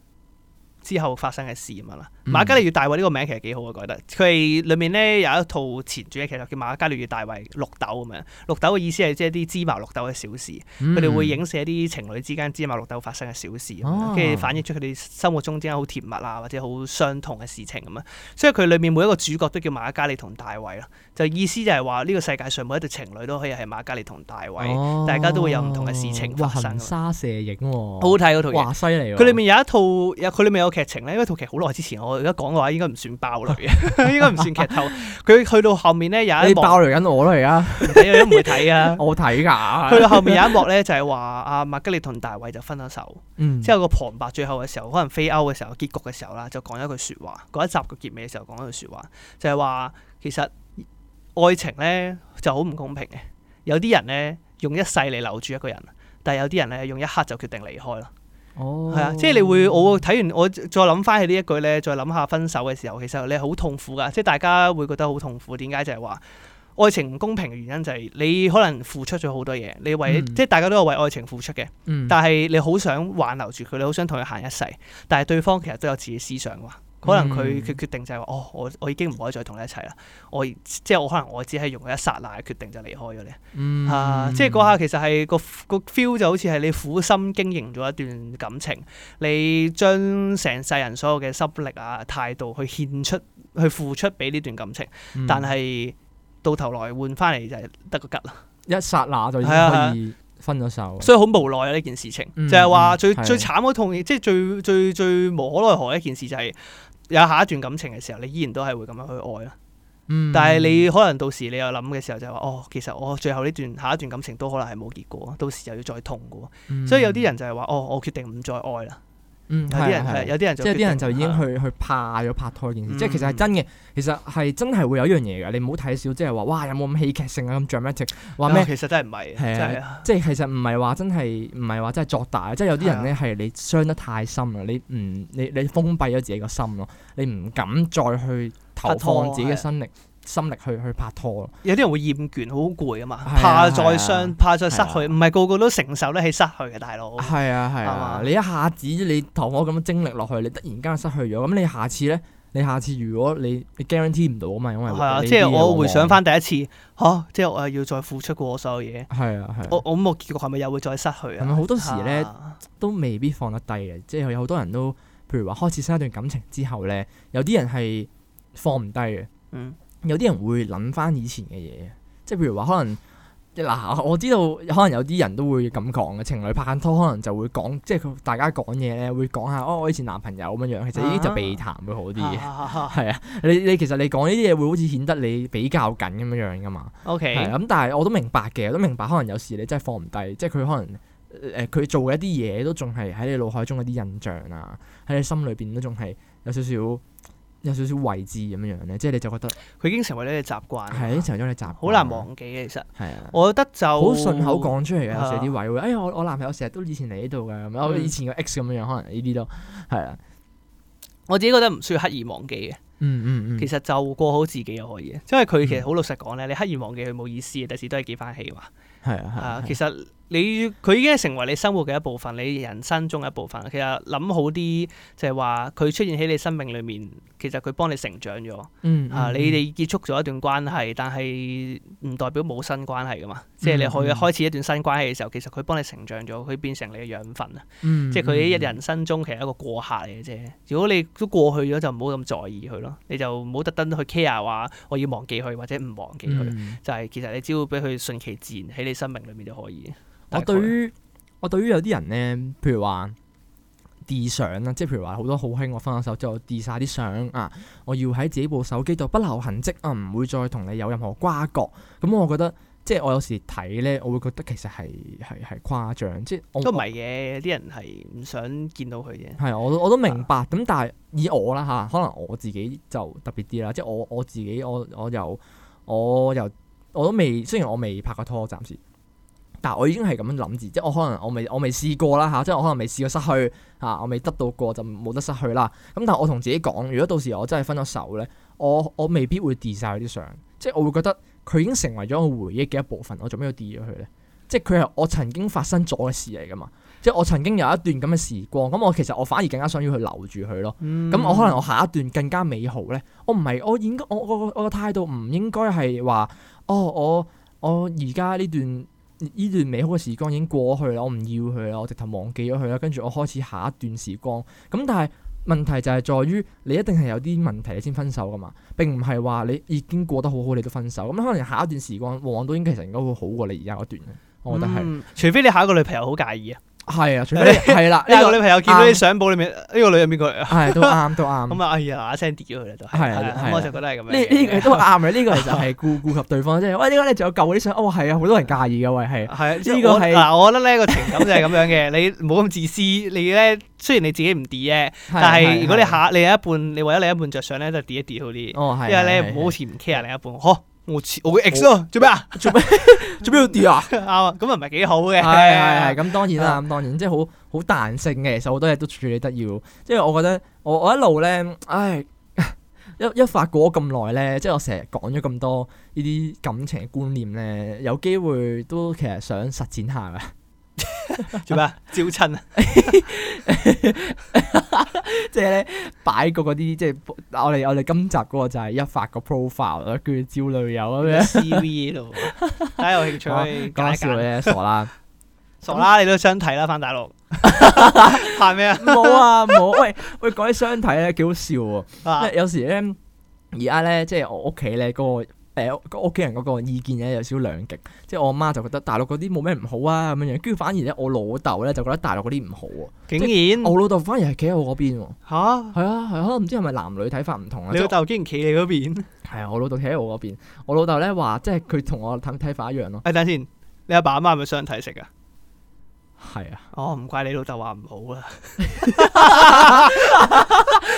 Speaker 1: 之後發生嘅事咁樣啦。《
Speaker 2: 嗯
Speaker 1: 馬加利與大衛》呢個名其實幾好啊，改得。佢係裡面咧有一套前傳嘅劇集叫《馬加利與大衛綠豆》咁樣，綠豆嘅意思係即係啲芝麻綠豆嘅小事，佢
Speaker 2: 嗯
Speaker 1: 哋會影射一啲情侶之間芝麻綠豆發生嘅小事咁樣，
Speaker 2: 哦
Speaker 1: 跟住反映出佢哋生活中之間好甜蜜啊，或者好相同嘅事情咁樣。所以佢裏面每一個主角都叫馬嘉利同大衛啦，就意思就係話呢個世界上每一對情侶都可以係馬嘉利同大衛，好
Speaker 2: 哦
Speaker 1: 大家都會有唔同嘅事情
Speaker 2: 哇，
Speaker 1: 發生
Speaker 2: 行沙射影
Speaker 1: 好
Speaker 2: 喎，
Speaker 1: 睇嗰套嘢。
Speaker 2: 哇，犀利喎！
Speaker 1: 佢裏面有一套，有佢裏面有個劇情咧，因為套劇好耐之前，我而家講嘅話應該唔算爆 雷嘅，應該唔算劇透。佢去到後面咧有一
Speaker 2: 你
Speaker 1: 幕，
Speaker 2: 爆雷緊我啦，而家。
Speaker 1: 唔睇我都唔會睇啊
Speaker 2: 我睇㗎。
Speaker 1: 去到後面有一幕咧，就係話啊阿麥吉利同大衛就分咗手。
Speaker 2: 嗯
Speaker 1: 之後個旁白最後嘅時候，可能飛歐嘅時候，結局嘅時候啦，就講一句説話。嗰一集嘅結尾嘅時候講一句説話，就係話其實愛情咧就好唔公平嘅。有啲人咧用一世嚟留住一個人，但係有啲人咧用一刻就決定離開啦。
Speaker 2: 哦，
Speaker 1: 係啊、即係你會我睇完我再諗翻起呢一句咧，再諗下分手嘅時候，其實你好痛苦㗎。即係大家會覺得好痛苦，點解就係話？愛情唔公平嘅原因就係你可能付出咗好多嘢，你為、
Speaker 2: 嗯
Speaker 1: 即係大家都有為愛情付出嘅，
Speaker 2: 嗯
Speaker 1: 但係你好想挽留住佢，你好想同佢行一世，但係對方其實都有自己思想㗎嘛。可能佢
Speaker 2: 嗯
Speaker 1: 佢決定就係話，哦，我我已經唔可以再同你一齊啦，我即係我可能我只係用一剎那嘅決定就離開咗你、
Speaker 2: 嗯
Speaker 1: 啊！即係嗰下其實係個個 feel 就好似係你苦心經營咗一段感情，你將成世人所有嘅心力啊態度去獻出去付出俾呢段感情，
Speaker 2: 嗯
Speaker 1: 但係到頭來換翻嚟就係得個吉啦。
Speaker 2: 一剎那就已經
Speaker 1: 係啊係啊
Speaker 2: 可以分咗手。
Speaker 1: 所以好無奈啊！呢件事情、
Speaker 2: 嗯
Speaker 1: 就係話最
Speaker 2: 嗯係
Speaker 1: 最慘嗰痛，即係最最最無可奈何嘅一件事就係、有下一段感情嘅時候，你依然都係會咁樣去愛啦。啊
Speaker 2: 嗯
Speaker 1: 但係你可能到時你又諗嘅時候就係話，哦，其實我最後呢段下一段感情都可能係冇結果，到時又要再痛嘅喎。
Speaker 2: 你
Speaker 1: 所以有啲人就係話，哦，我決定唔再愛啦。
Speaker 2: 嗯，
Speaker 1: 有啲人
Speaker 2: 係啊
Speaker 1: 係
Speaker 2: 係啊
Speaker 1: 有啲人就
Speaker 2: 即係啲人
Speaker 1: 決定
Speaker 2: 就已經
Speaker 1: 係啊
Speaker 2: 去去怕咗拍拖件事，
Speaker 1: 嗯
Speaker 2: 即係其實係真嘅，其實係真係會有一樣嘢嘅，你唔好睇少，即係話哇有冇咁戲劇性啊咁 dramatic，話
Speaker 1: 啊
Speaker 2: 咩？
Speaker 1: 其實真係唔係，
Speaker 2: 係
Speaker 1: 真
Speaker 2: 啊
Speaker 1: 係啊，
Speaker 2: 即係其實唔係話真係唔係話真係作大，即係有啲人咧係你傷得太深啊啦，你唔你你封閉咗自己個心咯，你唔敢再去投
Speaker 1: 拍拖
Speaker 2: 放自己
Speaker 1: 係
Speaker 2: 嘅
Speaker 1: 啊
Speaker 2: 心力心力去去拍拖咯。
Speaker 1: 有啲人會厭倦，好攰啊嘛，
Speaker 2: 係啊
Speaker 1: 怕再
Speaker 2: 係
Speaker 1: 傷，
Speaker 2: 啊
Speaker 1: 怕再失去，
Speaker 2: 係
Speaker 1: 唔係個個都承受得起失去嘅大佬。
Speaker 2: 係啊係
Speaker 1: 哦係嘛
Speaker 2: 啊，你一下子你投我咁嘅精力落去，你突然間失去咗，咁你下次咧，你下次如果你你 guarantee 唔到啊嘛，因為
Speaker 1: 係啊，
Speaker 2: 呢
Speaker 1: 即係
Speaker 2: 啲嘢
Speaker 1: 我
Speaker 2: 往
Speaker 1: 回
Speaker 2: 往
Speaker 1: 想，翻第一次，嚇，即係我係呃要再付出過我所有嘢，
Speaker 2: 係啊係
Speaker 1: 我
Speaker 2: 啊，
Speaker 1: 我咁我結局係咪又會再失去
Speaker 2: 係
Speaker 1: 啊
Speaker 2: 咪？好多時咧
Speaker 1: 啊
Speaker 2: 都未必放得低嘅，即係有好多人都，譬如話開始新一段感情之後咧，有啲人係放唔低嘅，
Speaker 1: 嗯
Speaker 2: 有啲人會諗翻以前嘅嘢，即係譬如話可能。嗱，我知道可能有啲人都會咁講嘅，情侶拍緊拖可能就會講，即係佢大家講嘢咧，會講下哦，我以前男朋友咁樣樣，其實呢啲就避談會好啲嘅。
Speaker 1: 啊
Speaker 2: 係啊，你你其實你講呢啲嘢會好似顯得你比較緊咁樣樣噶嘛，係
Speaker 1: ，OK，
Speaker 2: 啊咁，但係我都明白嘅，我都明白可能有時你真係放唔低，即係佢可能誒佢、做嘅一啲嘢都仲係喺你腦海中嗰啲印象啊，喺你心裏邊都仲係有少少有少少位置咁樣樣咧，即係你就覺得
Speaker 1: 佢已經成為你嘅習慣，
Speaker 2: 係成啊咗你習慣，
Speaker 1: 哎好難，忘記嘅其實。
Speaker 2: 係啊。
Speaker 1: 我覺得就
Speaker 2: 好順口講出嚟嘅，有時
Speaker 1: 啊
Speaker 2: 啲位會，哎呀，我我男朋友成日都以前嚟呢度嘅，咁樣我
Speaker 1: 嗯
Speaker 2: 以前個 ex 咁樣樣，可能呢啲咯，係啊，
Speaker 1: 我自己覺得唔需要刻意忘記嘅，
Speaker 2: 嗯嗯嗯，
Speaker 1: 其實就過好自己就可以嘅，因為佢其實好老實講咧，你刻意忘記佢冇意思嘅，第時都係記翻起嘛。
Speaker 2: 係啊
Speaker 1: 啊
Speaker 2: 係 啊，，
Speaker 1: 其實你佢已經係成為你生活嘅一部分，你人生中嘅一部分。其實諗好啲就係話佢出現喺你生命裏面，其實佢幫你成長咗。
Speaker 2: 嗯
Speaker 1: 啊，
Speaker 2: 嗯
Speaker 1: 你
Speaker 2: 嗯
Speaker 1: 哋結束咗一段關係，但係唔代表冇新關係噶嘛。即係你
Speaker 2: 嗯
Speaker 1: 去
Speaker 2: 嗯
Speaker 1: 開始一段新關係嘅時候，其實佢幫你成長咗，佢變成你嘅養分啊。
Speaker 2: 嗯
Speaker 1: 即係佢喺
Speaker 2: 嗯嗯
Speaker 1: 人生中其實係一個過客嚟嘅啫。如果你都過去咗，就唔好咁在意佢咯。你就唔好特登去 care 話我要忘記佢或者唔忘記佢。
Speaker 2: 嗯
Speaker 1: 就係其實你只要俾佢順其自然喺你生命裏面就可以。
Speaker 2: 我對於我對於有啲人咧，譬如話 D 相啊啦，即係譬如話好多好興，我分咗手之後 D 晒啲相啊，我要喺自己部手機度不留痕跡啊，唔會再同你有任何瓜葛。咁我覺得即係我有時睇咧，我會覺得其實係係係誇張，即係我
Speaker 1: 都唔係嘅，啲人係唔想見到佢嘅。
Speaker 2: 係，我都我都明白。咁但係以我啦嚇，可能我自己就特別啲啦，即係我我自己我我又我又我都未，雖然我未拍過拖，暫時，但我已經係咁樣諗住，即係我可能我未我未試過啦嚇，即係我可能未試過失去嚇、我未得到過就冇得失去啦。咁但係我同自己講，如果到時我真係分咗手咧，我我未必會 delete 晒佢啲相，即係我會覺得佢已經成為咗我回憶嘅一部分，我做咩要 delete 咗佢咧？即係佢係我曾經發生咗嘅事嚟噶嘛，即係我曾經有一段咁嘅時光，咁我其實我反而更加想要去留住佢咯。咁、我可能我下一段更加美好咧，我唔係我應該我我我我個態度唔應該係話哦我我而家呢段呢段美好嘅時光已經過去啦，我唔要佢啦，我直頭忘記咗佢啦，跟住我開始下一段時光。咁但係問題就係在於你一定係有啲問題你先分手噶嘛，並唔係話你已經過得好好你都分手。咁可能下一段時光往往都應該其實應該會好過你而家嗰段嘅，我覺得係
Speaker 1: 嗯除非你下一個女朋友好介意啊！
Speaker 2: 係啊，除非你係啦，呢
Speaker 1: 呢個
Speaker 2: 個啊
Speaker 1: 女朋友見到啲
Speaker 2: 啱
Speaker 1: 相簿裏面呢個女人邊個嚟啊？
Speaker 2: 係都啱都啱。
Speaker 1: 咁啊，哎呀嗱嗱聲 delete 咗佢啦都係。
Speaker 2: 係啊
Speaker 1: 係啊咁
Speaker 2: 係啊
Speaker 1: 我就覺得係咁樣
Speaker 2: 呢
Speaker 1: 嘅。
Speaker 2: 呢個都啱嘅，呢個其實係顧 顧及對方，即係喂，點解你仲有舊嗰啲相？哦，係啊，好多人介意嘅，喂，係啊，
Speaker 1: 係啊，即係
Speaker 2: 呢個
Speaker 1: 我
Speaker 2: 係
Speaker 1: 嗱，我覺得呢個情感就係咁樣嘅。你唔好咁自私，你咧雖然你自己唔 delete 啫，但係如果你下你有一半，你為咗另一半着想咧，就 delete 一 delete 好啲。
Speaker 2: 哦係，
Speaker 1: 因為咧唔
Speaker 2: 係
Speaker 1: 好好似唔 care 另一半，呵，我似我嘅 ex 咯，做咩啊？
Speaker 2: 係做咩要跌啊？
Speaker 1: 啱啊，咁啊唔係幾好嘅。
Speaker 2: 係係係，咁當然啦，咁當然即係好好彈性嘅，其實好多嘢都處理得要，即係我覺得我我一路咧，唉。一一發過咗咁耐咧，即係我成日講咗咁多呢啲感情嘅觀念咧，有機會都其實想實踐下嘅。
Speaker 1: 做咩啊？招親 啊？
Speaker 2: 即係咧擺個嗰啲即係我哋我哋今集嗰個就係一發個 profile 啦，跟住招女友咁樣。
Speaker 1: CV 度，睇下有興趣可以
Speaker 2: 啊 講
Speaker 1: 解
Speaker 2: 笑
Speaker 1: 解。
Speaker 2: 咧，傻啦！
Speaker 1: 傻啦，你都想睇啦，翻大 陸怕咩啊？
Speaker 2: 冇啊冇，喂喂，講起相睇咧，幾好笑喎！
Speaker 1: 啊
Speaker 2: 因為有時咧，而家咧，即係我屋企咧嗰個。誒個屋企人嗰個意見咧有少少兩極，即係我媽就覺得大陸嗰啲冇咩唔好啊咁樣樣，跟住反而咧我老豆咧就覺得大陸嗰啲唔好喎，
Speaker 1: 竟然
Speaker 2: 我老豆反而係哦企喺我嗰邊喎，
Speaker 1: 吓，
Speaker 2: 係啊係啊，可能唔知係咪男女睇法唔同啊，
Speaker 1: 你
Speaker 2: 即係
Speaker 1: 老豆竟然企你嗰 邊？
Speaker 2: 係啊，我老豆企喺我嗰邊，我老豆
Speaker 1: 哎
Speaker 2: 咧話即係佢同我睇睇法一樣咯，
Speaker 1: 誒，等先，你阿爸阿媽係咪相睇食啊？
Speaker 2: 係啊，
Speaker 1: 哦，唔怪你老豆話唔好啦。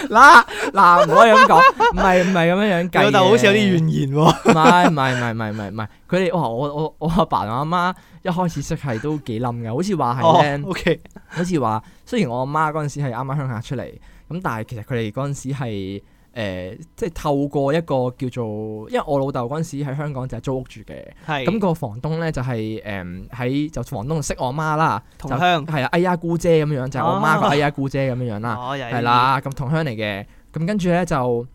Speaker 2: 嗱嗱唔可以咁講，唔係唔係咁樣樣
Speaker 1: 你
Speaker 2: 計。
Speaker 1: 老豆好似有啲怨言喎。
Speaker 2: 唔係唔係唔係唔係唔係唔係，佢哋哇！我我我阿爸同阿媽一開始識係都幾冧嘅，好似話係咧，
Speaker 1: 哦，OK，
Speaker 2: 好似話雖然我阿媽嗰陣時係啱啱鄉下出嚟，咁但係其實佢哋嗰陣時係誒即係透過一個叫做，因為我老豆嗰陣時喺香港就係租屋住嘅，
Speaker 1: 係
Speaker 2: 咁個房東咧就係誒喺就房東識我媽啦，
Speaker 1: 同
Speaker 2: 就
Speaker 1: 鄉
Speaker 2: 係啊，哎呀姑姐咁樣樣，就係我媽個
Speaker 1: 哦
Speaker 2: 哎呀姑姐咁樣樣啦。
Speaker 1: 哦，又
Speaker 2: 係，啦，咁同鄉嚟嘅。咁跟住咧就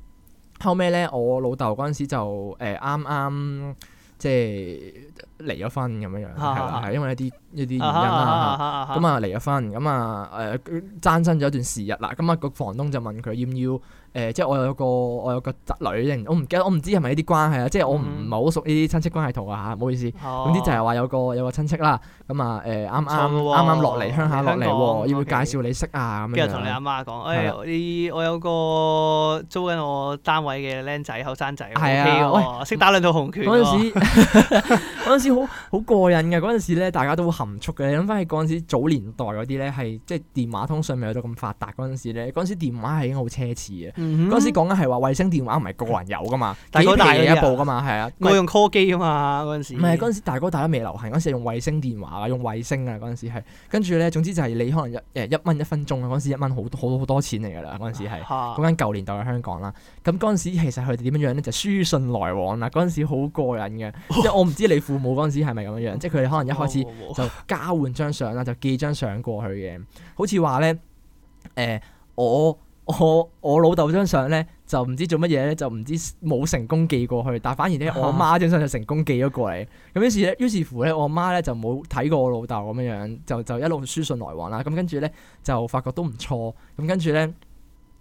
Speaker 2: 後尾咧，我老豆嗰陣時就誒啱啱即係離咗婚咁樣樣，係
Speaker 1: 啊
Speaker 2: 啦，係因為一啲一啲原因
Speaker 1: 啊哈啊
Speaker 2: 啦。
Speaker 1: 哈啊哈
Speaker 2: 咁啊離咗婚，咁啊誒單身咗一段時日啦，咁啊個房東就問佢要唔要誒、即係我有個我有個侄女定我唔記得，我唔知係咪呢啲關係啊，即係我唔
Speaker 1: 嗯
Speaker 2: 係好熟呢啲親戚關係圖啊嚇，唔好意思。
Speaker 1: 哦
Speaker 2: 總之就係話有個有個親戚啦，咁啊誒啱啱
Speaker 1: 唔錯喎
Speaker 2: 啱啱落嚟鄉下落嚟
Speaker 1: 香港
Speaker 2: 喎，要唔要
Speaker 1: OK
Speaker 2: 介紹你識啊咁樣樣。
Speaker 1: 跟住同你阿媽講，
Speaker 2: 係啦啊
Speaker 1: 誒呢我有個租緊我單位嘅僆仔後生仔，
Speaker 2: 係啊
Speaker 1: OK 喎，識打兩套紅拳
Speaker 2: 嗰陣
Speaker 1: 喎。
Speaker 2: 時， 嗰陣時好好過癮嘅。嗰陣時咧，大家都好含蓄嘅。你諗翻起嗰陣時早年代嗰啲咧，係即係電話通訊未有到咁發達嗰陣時咧，嗰陣時電話係已經好奢侈嘅。
Speaker 1: 嗰
Speaker 2: 嗰陣時講緊係話衛星電話唔係個人有噶嘛，
Speaker 1: 嗯大哥
Speaker 2: 幾皮
Speaker 1: 大嗰啲啊
Speaker 2: 嘢一部噶嘛，係啊。唔
Speaker 1: 我
Speaker 2: 係
Speaker 1: 用 call 機啊嘛，嗰陣時。
Speaker 2: 唔係嗰陣時大哥大都未流行，嗰陣時係用衛星電話啊，用衛星啊嗰陣時係。跟住咧，總之就係你可能一誒一蚊一分鐘啊，嗰陣時一蚊好好好多錢嚟㗎啦，嗰陣時係。
Speaker 1: 嚇
Speaker 2: 講緊舊年代嘅香港啦，咁嗰陣時其實佢哋點樣樣咧就書信來往啦，嗰陣時好過癮嘅，即係我唔知你父母嗰陣時係咪咁樣樣，即係佢哋可能一開始
Speaker 1: 冇冇冇
Speaker 2: 就交換張相啦，就寄張相過去嘅，好似話咧誒我我我老豆張相咧就唔知做乜嘢咧，就唔知冇成功寄過去，但反而咧我媽張相就成功寄咗過嚟，咁於是咧於是乎咧我媽咧就冇睇過我老豆咁樣樣，就就一路書信來往啦，咁跟住咧就發覺都唔錯，咁跟住咧。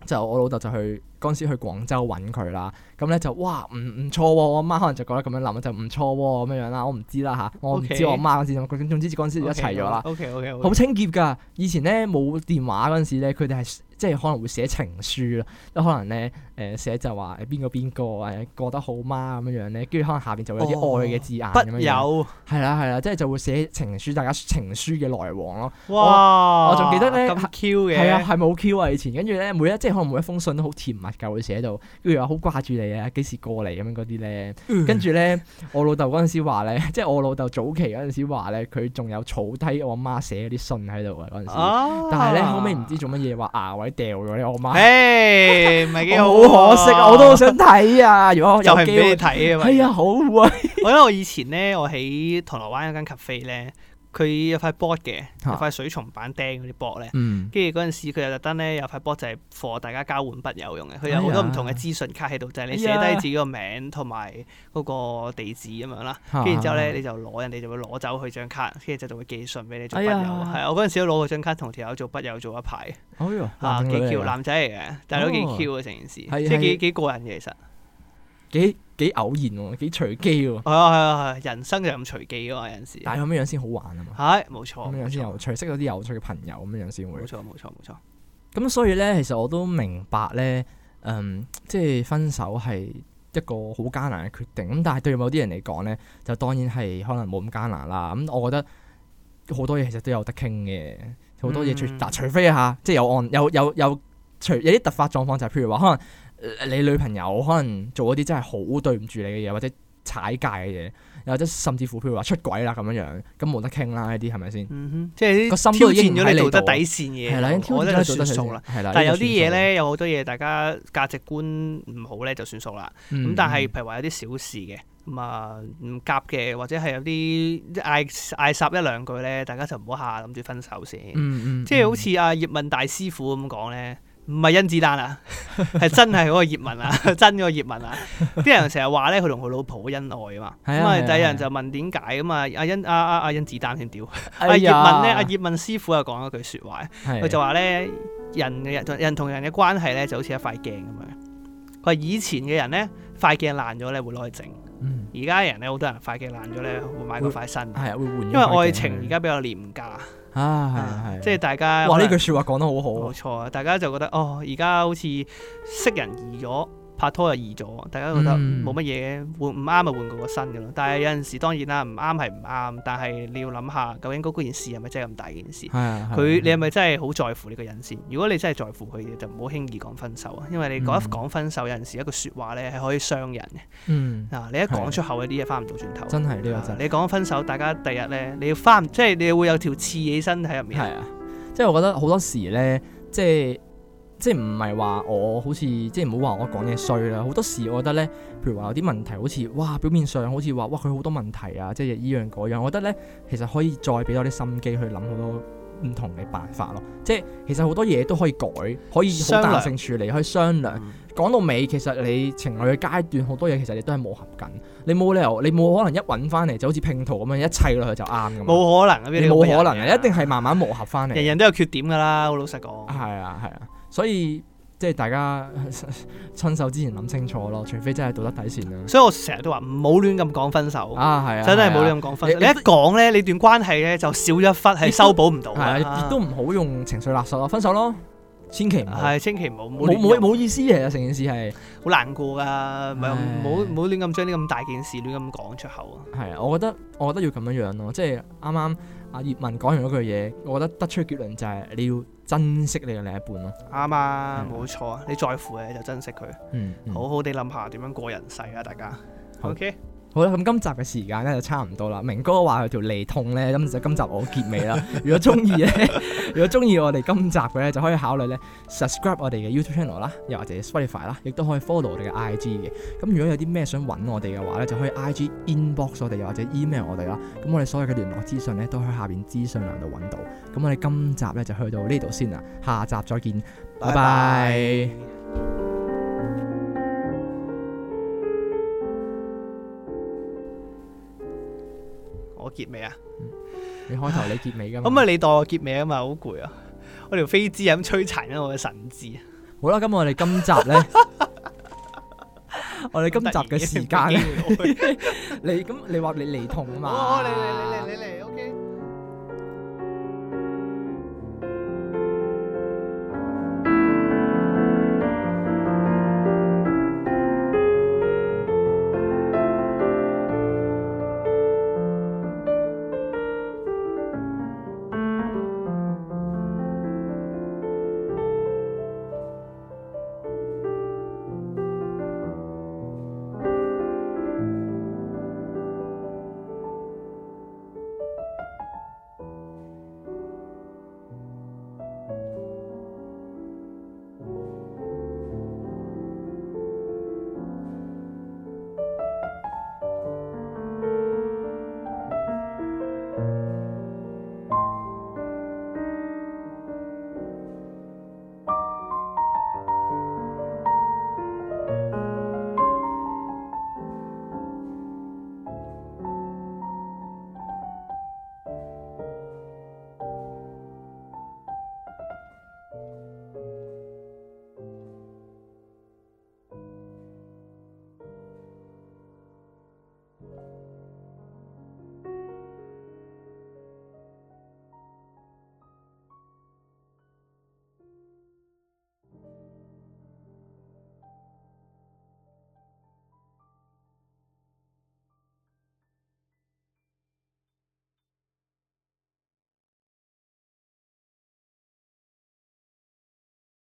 Speaker 2: 就我老豆就去嗰陣時去廣州揾佢啦，咁咧就哇唔唔錯喎，我阿媽可能就覺得咁樣諗就唔錯喎咁樣樣啦，我唔知啦吓，我唔
Speaker 1: OK
Speaker 2: 知我阿媽嗰陣時咁，咁總之嗰陣時就一齊咗啦，
Speaker 1: OK OK OK。
Speaker 2: 好清潔㗎。以前咧冇電話嗰陣時咧，佢哋係即係可能會寫情書啦，即係可能咧誒、寫就話誒邊個邊個誒過得好嗎咁樣樣咧，跟住可能下邊就會有啲
Speaker 1: 哦
Speaker 2: 愛嘅字眼咁樣
Speaker 1: 不
Speaker 2: 樣，
Speaker 1: 有
Speaker 2: 係啦係啦，即係就會寫情書，大家情書嘅來往咯。
Speaker 1: 哇！
Speaker 2: 我仲記得呢
Speaker 1: 咁 Q 嘅，
Speaker 2: 係啊，係冇 Q 啊！以前跟住咧，每一即係可能每一封信都好甜蜜㗎，會寫到，跟住話好掛住你啊，幾時過嚟咁樣嗰啲咧。
Speaker 1: 嗯
Speaker 2: 跟住咧，我老豆嗰陣時話咧， 即係我老豆早期嗰陣時話咧，佢仲有儲低我媽寫嗰啲信喺度啊嗰陣時。
Speaker 1: 啊
Speaker 2: 但係咧後尾唔知做乜嘢，話牙位掉咗咧，我 媽。
Speaker 1: 誒，唔係哎幾好
Speaker 2: 我好可惜啊！我都
Speaker 1: 就
Speaker 2: 好想睇啊！如 果有
Speaker 1: 係唔
Speaker 2: 機
Speaker 1: 俾你
Speaker 2: 會，
Speaker 1: 睇啊嘛。
Speaker 2: 係啊，好啊，
Speaker 1: 我覺得我以前咧，我喺銅鑼灣有間 cafe 咧，佢有塊 board 嘅，有
Speaker 2: 啊
Speaker 1: 塊水松板釘嗰啲 board 咧。
Speaker 2: 嗯，
Speaker 1: 跟住嗰陣時，佢又特登咧有塊 board 就係 for 大家交換筆友用嘅，
Speaker 2: 哎
Speaker 1: 佢有好多唔同嘅資訊卡喺度，就係你寫低自己個名同埋嗰個地址咁樣啦。
Speaker 2: 啊
Speaker 1: 跟住之後咧，你就攞人哋就會攞走佢張卡，跟住就就會寄信俾你做筆友。
Speaker 2: 哎呀
Speaker 1: 係啊，我嗰陣時都攞過張卡同條友做筆友做一排，
Speaker 2: 哎呦，
Speaker 1: 啊
Speaker 2: 男
Speaker 1: 幾
Speaker 2: 定女嚟
Speaker 1: Q
Speaker 2: 㗎
Speaker 1: 男仔嚟嘅，但係都
Speaker 2: 哦
Speaker 1: 幾 Q 嘅成件事，即
Speaker 2: 係
Speaker 1: 係
Speaker 2: 係
Speaker 1: 幾幾過癮嘅其實。
Speaker 2: 幾幾偶然喎，幾隨機喎，
Speaker 1: 係啊係啊係啊，人生就咁隨機噶嘛，有陣時。
Speaker 2: 但係咁樣樣先好玩啊嘛，
Speaker 1: 係冇錯
Speaker 2: 咁樣
Speaker 1: 冇
Speaker 2: 樣先
Speaker 1: 錯
Speaker 2: 有趣，識到啲有趣嘅朋友咁樣樣先會
Speaker 1: 冇。錯冇錯冇錯，
Speaker 2: 咁所以咧，其實我都明白咧，嗯，即係分手係一個好艱難嘅決定。咁但係對某啲人嚟講咧，就當然係可能冇咁艱難啦。咁我覺得好多嘢其實都有得傾嘅，好多嘢除
Speaker 1: 嗯
Speaker 2: 嗱、除非嚇，即係有案有有有除有啲突發狀況，就係譬如話可能呃你女朋友可能做嗰啲真係好對唔住你嘅嘢，或者踩界嘅嘢，又或者甚至乎譬如話出軌啦咁樣樣，咁冇得傾啦呢啲係咪先？
Speaker 1: 嗯哼，即係
Speaker 2: 個
Speaker 1: 啲
Speaker 2: 心
Speaker 1: 挑
Speaker 2: 都已
Speaker 1: 戰咗
Speaker 2: 經
Speaker 1: 你
Speaker 2: 唔喺
Speaker 1: 道德
Speaker 2: 你度
Speaker 1: 底線嘅
Speaker 2: 係啦，
Speaker 1: 嘢，我覺得就算數啦。，
Speaker 2: 係啦。
Speaker 1: 但係有啲
Speaker 2: 呢個算
Speaker 1: 嘢
Speaker 2: 數，
Speaker 1: 咧，有好多嘢大家價值觀唔好咧，就算數啦。咁
Speaker 2: 咁
Speaker 1: 但係譬如話有啲小事嘅，咁啊唔夾嘅，或者係有啲嗌嗌霎一兩句咧，大家就唔好下諗住分手先。
Speaker 2: 嗯嗯，
Speaker 1: 即係好
Speaker 2: 嗯
Speaker 1: 似阿葉問大師傅咁講咧，唔係甄子丹啊，係真係嗰個葉問啊， 真嗰個葉問啊。啲人成日話咧，佢同佢老婆好恩愛啊嘛。
Speaker 2: 係
Speaker 1: 咁
Speaker 2: 啊
Speaker 1: 啊，
Speaker 2: 係啊
Speaker 1: 第有
Speaker 2: 係啊
Speaker 1: 人就問點解咁啊？阿甄阿阿阿甄子丹添屌，
Speaker 2: 哎
Speaker 1: 阿葉問咧，
Speaker 2: 呀
Speaker 1: 阿葉問師傅又講一句説話，
Speaker 2: 係啊
Speaker 1: 佢就話咧，人嘅人同人同人嘅關係咧，就好似一塊鏡咁樣。佢話以前嘅人咧，塊鏡爛咗咧會攞去整，
Speaker 2: 嗯
Speaker 1: 而家嘅人咧好多人塊鏡爛咗咧會買個塊新。
Speaker 2: 係啊會換咗塊
Speaker 1: 因
Speaker 2: 鏡，
Speaker 1: 為愛情而家比較廉價，
Speaker 2: 啊係係
Speaker 1: 即係大家
Speaker 2: 哇
Speaker 1: 可能
Speaker 2: 呢句説話講得好好
Speaker 1: 冇
Speaker 2: 啊，
Speaker 1: 錯啊！大家就覺得哦，而家好似識人易咗，拍拖又易咗，大家覺得
Speaker 2: 嗯
Speaker 1: 冇乜嘢，換唔啱咪換過個新嘅咯。但係有陣時當然啦，唔啱係唔啱，但係你要諗下究竟嗰件事係咪真係咁大件事？
Speaker 2: 係啊，
Speaker 1: 佢你係咪真係好在乎呢個人先？如果你真係在乎佢嘅，就唔好輕易講分手啊！因為你講一
Speaker 2: 嗯
Speaker 1: 講分手，有陣時一句説話咧係可以傷人嘅。
Speaker 2: 嗯
Speaker 1: 嗱，你一講出口呢啲嘢翻唔到轉頭。
Speaker 2: 真係呢個
Speaker 1: 啊
Speaker 2: 真係
Speaker 1: 你講分手，大家第日咧你要翻，即係你會有條刺喺身喺入面。
Speaker 2: 係啊，即係我覺得好多時咧，即係即係唔係話我好似即係唔好話我講嘢衰啦，好多時我覺得咧，譬如話有啲問題好似哇表面上好似話哇佢好多問題啊，即係依樣嗰樣，我覺得咧其實可以再俾多啲心機去諗好多。唔同嘅辦法咯，即係其實好多嘢都可以改，可以好
Speaker 1: 商量
Speaker 2: 彈性處理，可以商量。
Speaker 1: 嗯
Speaker 2: 講到尾，其實你情侶嘅階段好多嘢，其實你都係磨合緊。你冇理由，你冇可能一揾翻嚟就好似拼圖咁樣一砌落去就啱咁。
Speaker 1: 冇可能啊！邊
Speaker 2: 你
Speaker 1: 有咁
Speaker 2: 冇
Speaker 1: 嘅人
Speaker 2: 可能
Speaker 1: 啊
Speaker 2: 嘅，一定係慢慢磨合翻嚟。
Speaker 1: 人
Speaker 2: 係
Speaker 1: 人都有缺點㗎啦，好老實講。
Speaker 2: 啊係啊，所以即係大家 親手之前諗清楚咯，除非真係道德底線啦。
Speaker 1: 所以我成日都話唔好亂咁講分手，
Speaker 2: 啊係啊，
Speaker 1: 真係
Speaker 2: 係啊
Speaker 1: 冇亂咁講分手。
Speaker 2: 你
Speaker 1: 你一講咧，你段關係咧就少咗一忽係修補唔到㗎。
Speaker 2: 係啊，亦都唔好用情緒勒索咯，分手咯，千祈唔好。
Speaker 1: 係千祈唔好
Speaker 2: 冇冇
Speaker 1: 冇
Speaker 2: 冇意思嘅，成件事係
Speaker 1: 好難過㗎，唔係
Speaker 2: 唉
Speaker 1: 冇冇亂咁將啲咁大件事亂咁講出口啊。
Speaker 2: 係啊，我覺得我覺得要咁樣樣咯，即係啱啱阿葉文講完嗰句嘢，我覺得得出嘅結論就係你要珍惜你嘅另一半咯。
Speaker 1: 啱啊，
Speaker 2: 係
Speaker 1: 冇錯啊，你在乎嘅就珍惜佢，
Speaker 2: 嗯，嗯
Speaker 1: 好好地諗下點樣過人世啊，大家。
Speaker 2: 好
Speaker 1: OK，
Speaker 2: 好啦，咁今集嘅時間咧就差唔多啦。明哥話佢條脷痛咧，咁就今集我結尾啦。 如果中意咧， 如果中意我哋今集嘅咧，就可以考慮咧 subscribe 我哋嘅 YouTube channel 啦，又或者 Spotify 啦，亦都可以 follow 我哋嘅 IG 嘅。咁如果有啲咩想揾我哋嘅話咧，就可以 IG inbox 我哋，又或者 email 我哋啦。咁我哋所有嘅聯絡資訊咧，都喺下邊資訊欄度揾到。咁我哋今集咧就去到呢度先啦，下集再見，拜拜。
Speaker 1: 我結尾啊，
Speaker 2: 你開頭你結尾㗎
Speaker 1: 咁
Speaker 2: 嘛
Speaker 1: 咪？你代我結尾啊嘛，好攰啊，我條飛枝係咁摧殘緊我嘅神智啊。
Speaker 2: 好啦，咁我哋今集 咧，我哋今集嘅時間咧。
Speaker 1: 咧。
Speaker 2: 你咁你話你嚟痛啊嘛？
Speaker 1: 哦，你你你你。